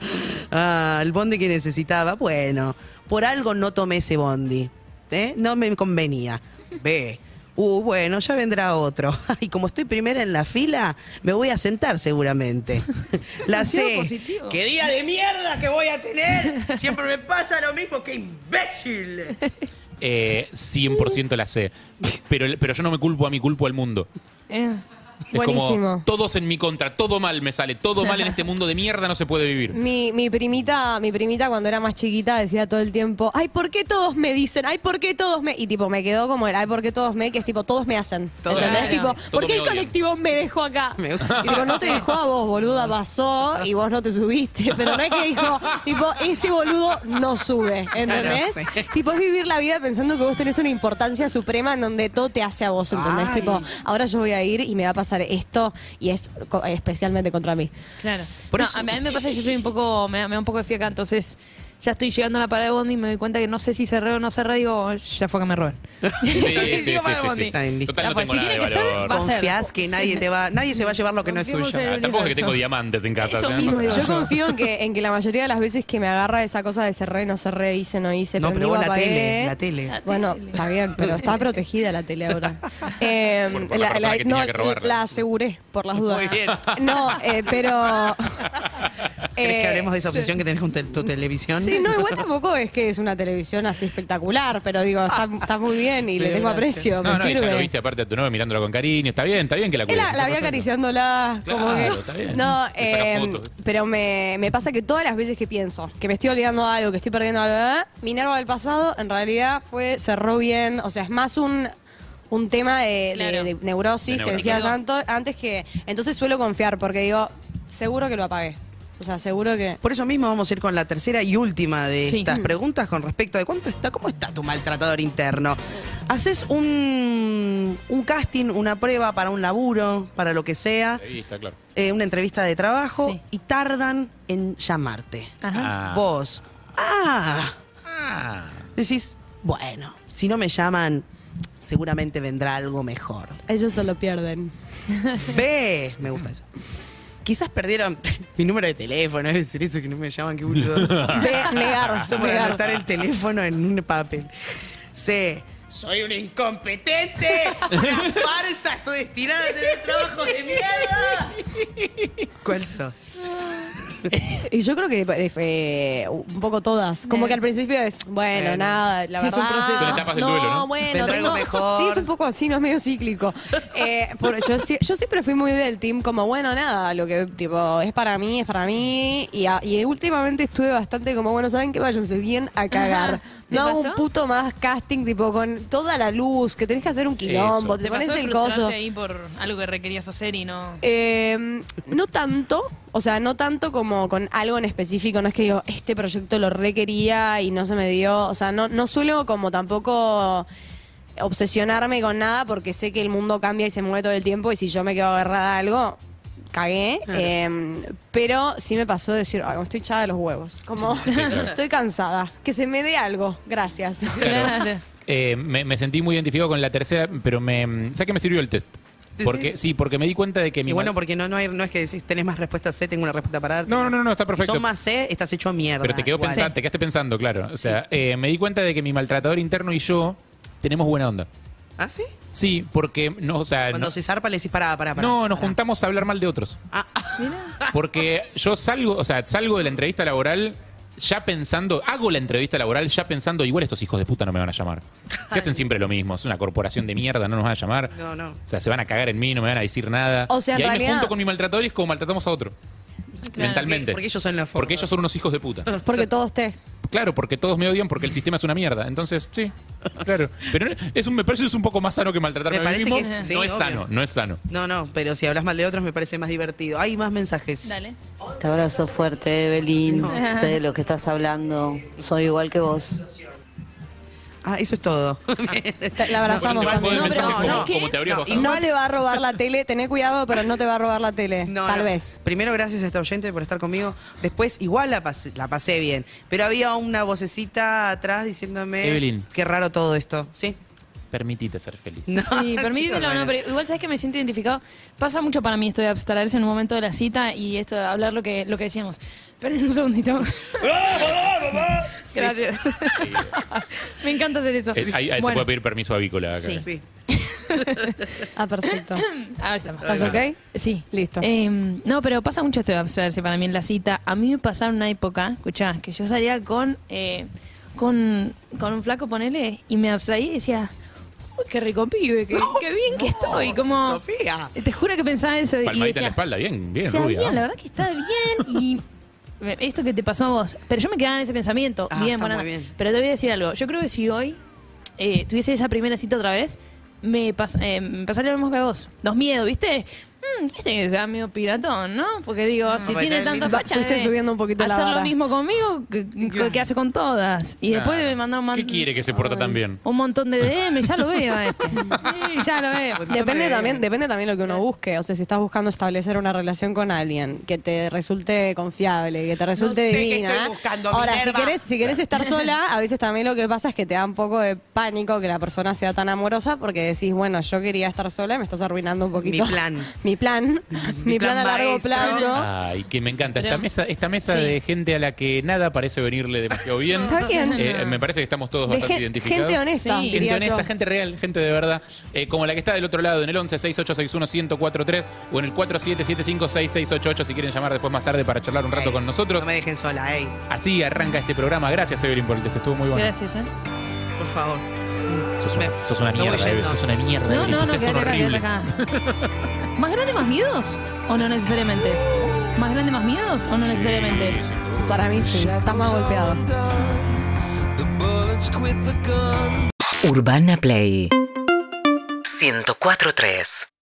Ah, el bondi que necesitaba. Bueno, por algo no tomé ese bondi. ¿eh? No me convenía. Ve. Uh, bueno, ya vendrá otro. Y como estoy primera en la fila, me voy a sentar seguramente. La
Demasiado
C.
positivo.
¡Qué día de mierda que voy a tener! Siempre me pasa lo mismo, qué imbécil.
Eh, 100% la sé. Pero, pero yo no me culpo a mí, culpo al mundo.
Eh.
Es como todos en mi contra, todo mal me sale, todo mal en este mundo de mierda no se puede vivir.
Mi, mi primita, mi primita cuando era más chiquita decía todo el tiempo, ay, ¿por qué todos me dicen? Ay, ¿por qué todos me? Y tipo, me quedó como el, ay, ¿por qué todos me? Que es tipo, todos me hacen.
Todos
¿Entendés?
me
Tipo,
odian.
¿por
Todos
qué
me
el
odian".
colectivo me dejó acá?
Me-
Y digo, no te dejó a vos, boluda, pasó y vos no te subiste. Pero no es que dijo, tipo, este boludo no sube, ¿entendés?
Claro, sí.
Tipo, es vivir la vida pensando que vos tenés una importancia suprema en donde todo te hace a vos, ¿entendés?
Ay.
Tipo, ahora yo voy a ir y me va a pasar esto y es co- especialmente contra mí.
Claro.
Por
No,
eso-
a, mí, a mí me pasa que yo soy un poco, me, da- me da un poco de fiaca, entonces ya estoy llegando a la parada de Bondi y me doy cuenta que no sé si cerré o no cerré, digo, ya fue que me roben.
Sí, sí,
Digo,
sí,
para
sí,
Bondi.
sí. Total,
Ya
no
fue,
tengo
si
nada
tiene
de
que ser,
valor.
va a ser.
Confías que nadie te va, nadie se va a llevar lo que no es suyo.
Ah, tampoco es que tengo diamantes en casa. o sea, no sé.
Yo confío en que, en que la mayoría de las veces que me agarra esa cosa de cerré, no cerré, hice, no hice,
No, pero
prendí,
vos la
apagué.
tele, la tele.
Bueno, está bien, pero está protegida la tele ahora. Eh,
Por- por la persona que
no,
tenía que robarla.
la aseguré, por las dudas.
Muy bien.
No, eh, pero...
¿Querés que
Eh,
hablemos de esa obsesión que tenés con te- tu televisión?
Sí, no, igual tampoco es que es una televisión así espectacular, pero digo, está, está muy bien y le tengo aprecio, me
No, no, y ya lo
sirve.
viste aparte a tu novia mirándola con cariño. Está bien, está bien que la
Él
cuides.
la, la vi acariciándola, como
Claro,
que-
está bien.
No,
Le saca
eh,
fotos.
pero me, me pasa que todas las veces que pienso que me estoy olvidando de algo, que estoy perdiendo algo, ¿eh? Minerva del pasado en realidad fue, cerró bien, o sea, es más un, un tema de, de- de neurosis
De
que
neurosis.
decías anto- antes que. Entonces suelo confiar porque digo, seguro que lo apagué. O sea, seguro que.
Por eso mismo vamos a ir con la tercera y última de
Sí.
estas
Mm.
preguntas con respecto de cuánto está, cómo está tu maltratador interno. Haces un, un casting, una prueba para un laburo, para lo que sea,
Ahí está, claro.
eh, una entrevista de trabajo y tardan en llamarte.
Ajá. Ah.
Vos, ah, decís, bueno, si no me llaman, seguramente vendrá algo mejor.
Ellos se lo pierden.
B, me gusta eso. Quizás perdieron mi número de teléfono, es decir eso que no me llaman, qué boludo.
Ve, negar,
Eso por
negar.
anotar el teléfono en un papel. C, soy un incompetente. Una farsa, estoy destinada a tener trabajos de mierda. ¿Cuál sos?
Y yo creo que eh, fue un poco todas. Como que al principio es, bueno,
Eh. Bueno.
nada, la
Es
verdad.
un proceso. Son etapas del
no,
duelo, ¿no?
bueno,
Vendrá algo
tengo-
mejor.
Sí, es un poco así, no es medio cíclico. Eh, por- yo, si- yo siempre fui muy del team, como, bueno, nada, lo que tipo es para mí, es para mí. Y, a- y últimamente estuve bastante como, bueno, ¿saben qué? Váyanse bien a cagar.
Ajá. ¿Te
No
pasó?
un puto más casting, tipo, con toda la luz, que tenés que hacer un quilombo, te
¿Te
pones
pasó de
el
frustrarte
coso.
ahí por algo que requerías hacer y no...
Eh, no tanto, o sea, no tanto como con algo en específico, no es que digo, este proyecto lo requería y no se me dio, o sea, no, no suelo como tampoco obsesionarme con nada porque sé que el mundo cambia y se mueve todo el tiempo y si yo me quedo agarrada a algo, cagué,
Claro.
Eh, pero sí me pasó de decir, "Ay, estoy echada de los huevos, como
claro.
estoy cansada, que se me dé algo, gracias.
Claro. Eh, me, me sentí muy identificado con la tercera, pero me. ¿Sabes qué me sirvió el test? Porque, sí, porque me di cuenta de que mi.
Y bueno, porque no, no, hay, no es que decís, tenés más respuestas C, tengo una respuesta para darte.
No, no, no, no, está perfecto.
Si son más C, estás hecho mierda.
Pero te, quedó
igual.
pensando, te quedaste pensando, claro. O sea, eh, me di cuenta de que mi maltratador interno y yo tenemos buena onda.
¿Ah, sí?
Sí, porque no, o sea,
Cuando
no-
se zarpa le decís, pará, pará, Ah. pará.
no, nos juntamos a hablar mal de otros. Porque yo salgo, o sea, salgo de la entrevista laboral ya pensando, hago la entrevista laboral ya pensando, igual estos hijos de puta no me van a llamar. Si hacen siempre lo mismo, es una corporación de mierda, no nos van a llamar.
No, no.
O sea, se van a cagar en mí, no me van a decir nada.
O sea, en
y ahí
realidad-
me junto con mi maltratador y es como maltratamos a otro. Mentalmente.
Porque ellos son la
Porque ellos son unos hijos de puta.
Porque todos te...
Claro, porque todos me odian porque el sistema es una mierda. Entonces, sí, claro. Pero no- es un, me parece que es un poco más sano que maltratarme
Me
a mí
parece
mismo.
que es- sí,
no es
obvio.
sano, no es sano.
No, no, pero si hablas mal de otros me parece más divertido. Hay más mensajes.
Dale.
Te abrazo fuerte, Evelyn.
No.
Sé de lo que estás hablando. Soy igual que vos.
Ah, eso es todo.
La
Bueno, se
abrazamos
va
también.
a poder mensajes como-
no,
como te habrías
no,
bajado.
no le va a robar la tele, tené cuidado, pero no te va a robar la tele.
No,
tal
no.
vez.
Primero, gracias a esta oyente por estar conmigo. Después, igual la pasé, la pasé bien. Pero había una vocecita atrás diciéndome.
Evelyn.
Qué raro todo esto. Sí.
Permitite ser feliz.
sí, permítelo, no, pero igual sabes que me siento identificado. Pasa mucho para mí esto de abstraerse en un momento de la cita y esto de hablar lo que, lo que decíamos. Esperen un segundito. Gracias. me encanta hacer eso.
Es- Eh, ahí ahí se
Bueno.
puede pedir permiso avícola acá.
Sí. ah, perfecto. Ahora estamos.
¿Estás ok?
Sí. Listo. no, pero pasa mucho esto de abstraerse para mí en la cita. A mí me pasaba una época, escuchá, que yo salía con, eh, con, con un flaco, ponele, y me abstraí y decía, "Uy, qué rico pibe, qué, qué bien que estoy. Como,
Sofía.
Ah. Eh, Te juro que pensaba eso. y
Palmadita en la
decía,
espalda, bien, bien,
o sea,
rubia.
bien, la verdad que está bien y me- esto que te pasó a vos. Pero yo me quedaba en ese pensamiento.
Ah,
bien,
está
bueno.
muy bien.
Pero te voy a decir algo. Yo creo que si hoy eh, tuviese esa primera cita otra vez, me, pas- eh, me pasaría lo mismo que a vos. Los miedos, ¿viste? Mm, este que sea medio piratón, ¿no? Porque digo, si
papá,
tiene
está
tanta
bien.
facha.
Fuiste
debe
subiendo un poquito la
Hacer lo
vara.
mismo conmigo que, que hace con todas. Y después
Claro.
debe mandar Oh. un, man-
¿Qué quiere que se porta tan bien?
un montón de DM. Ya lo veo, a este. Sí, ya lo veo.
Depende también, depende también lo que uno busque. O sea, si estás buscando establecer una relación con alguien que te resulte confiable, que te resulte
sé qué
divina.
estoy buscando,
Ahora, si
Minerva.
querés, si querés estar sola, a veces también lo que pasa es que te da un poco de pánico que la persona sea tan amorosa porque decís, bueno, yo quería estar sola y me estás arruinando un poquito.
plan.
mi plan. mi plan, a largo plazo.
Ay, que me encanta. Esta
Pero-
mesa, esta mesa
Sí.
de gente a la que nada parece venirle demasiado bien.
Está bien.
Eh, me parece que estamos todos
De
bastante
gen-
identificados.
gente honesta, Sí.
Gente
diría yo.
honesta, gente real, gente de verdad. Eh, como la que está del otro lado en el 11 6861 1043 o en el 4775 6688 si quieren llamar después más tarde para charlar un rato con nosotros. No me
dejen sola, ey.
Así arranca este programa. Gracias, Evelyn, por el test. Estuvo muy bueno.
Gracias, ¿eh?
Por favor.
Sos una, sos una
me voy
mierda,
yendo.
Evelyn, sos una mierda.
No,
Evelyn.
no, no,
Ustedes son
quédate acá,
horribles.
quédate acá. ¿Más grande, más miedos? ¿O no necesariamente? ¿Más grande, más miedos? ¿O no necesariamente?
Para mí sí, estás más golpeado.
Urbana Play.
104.3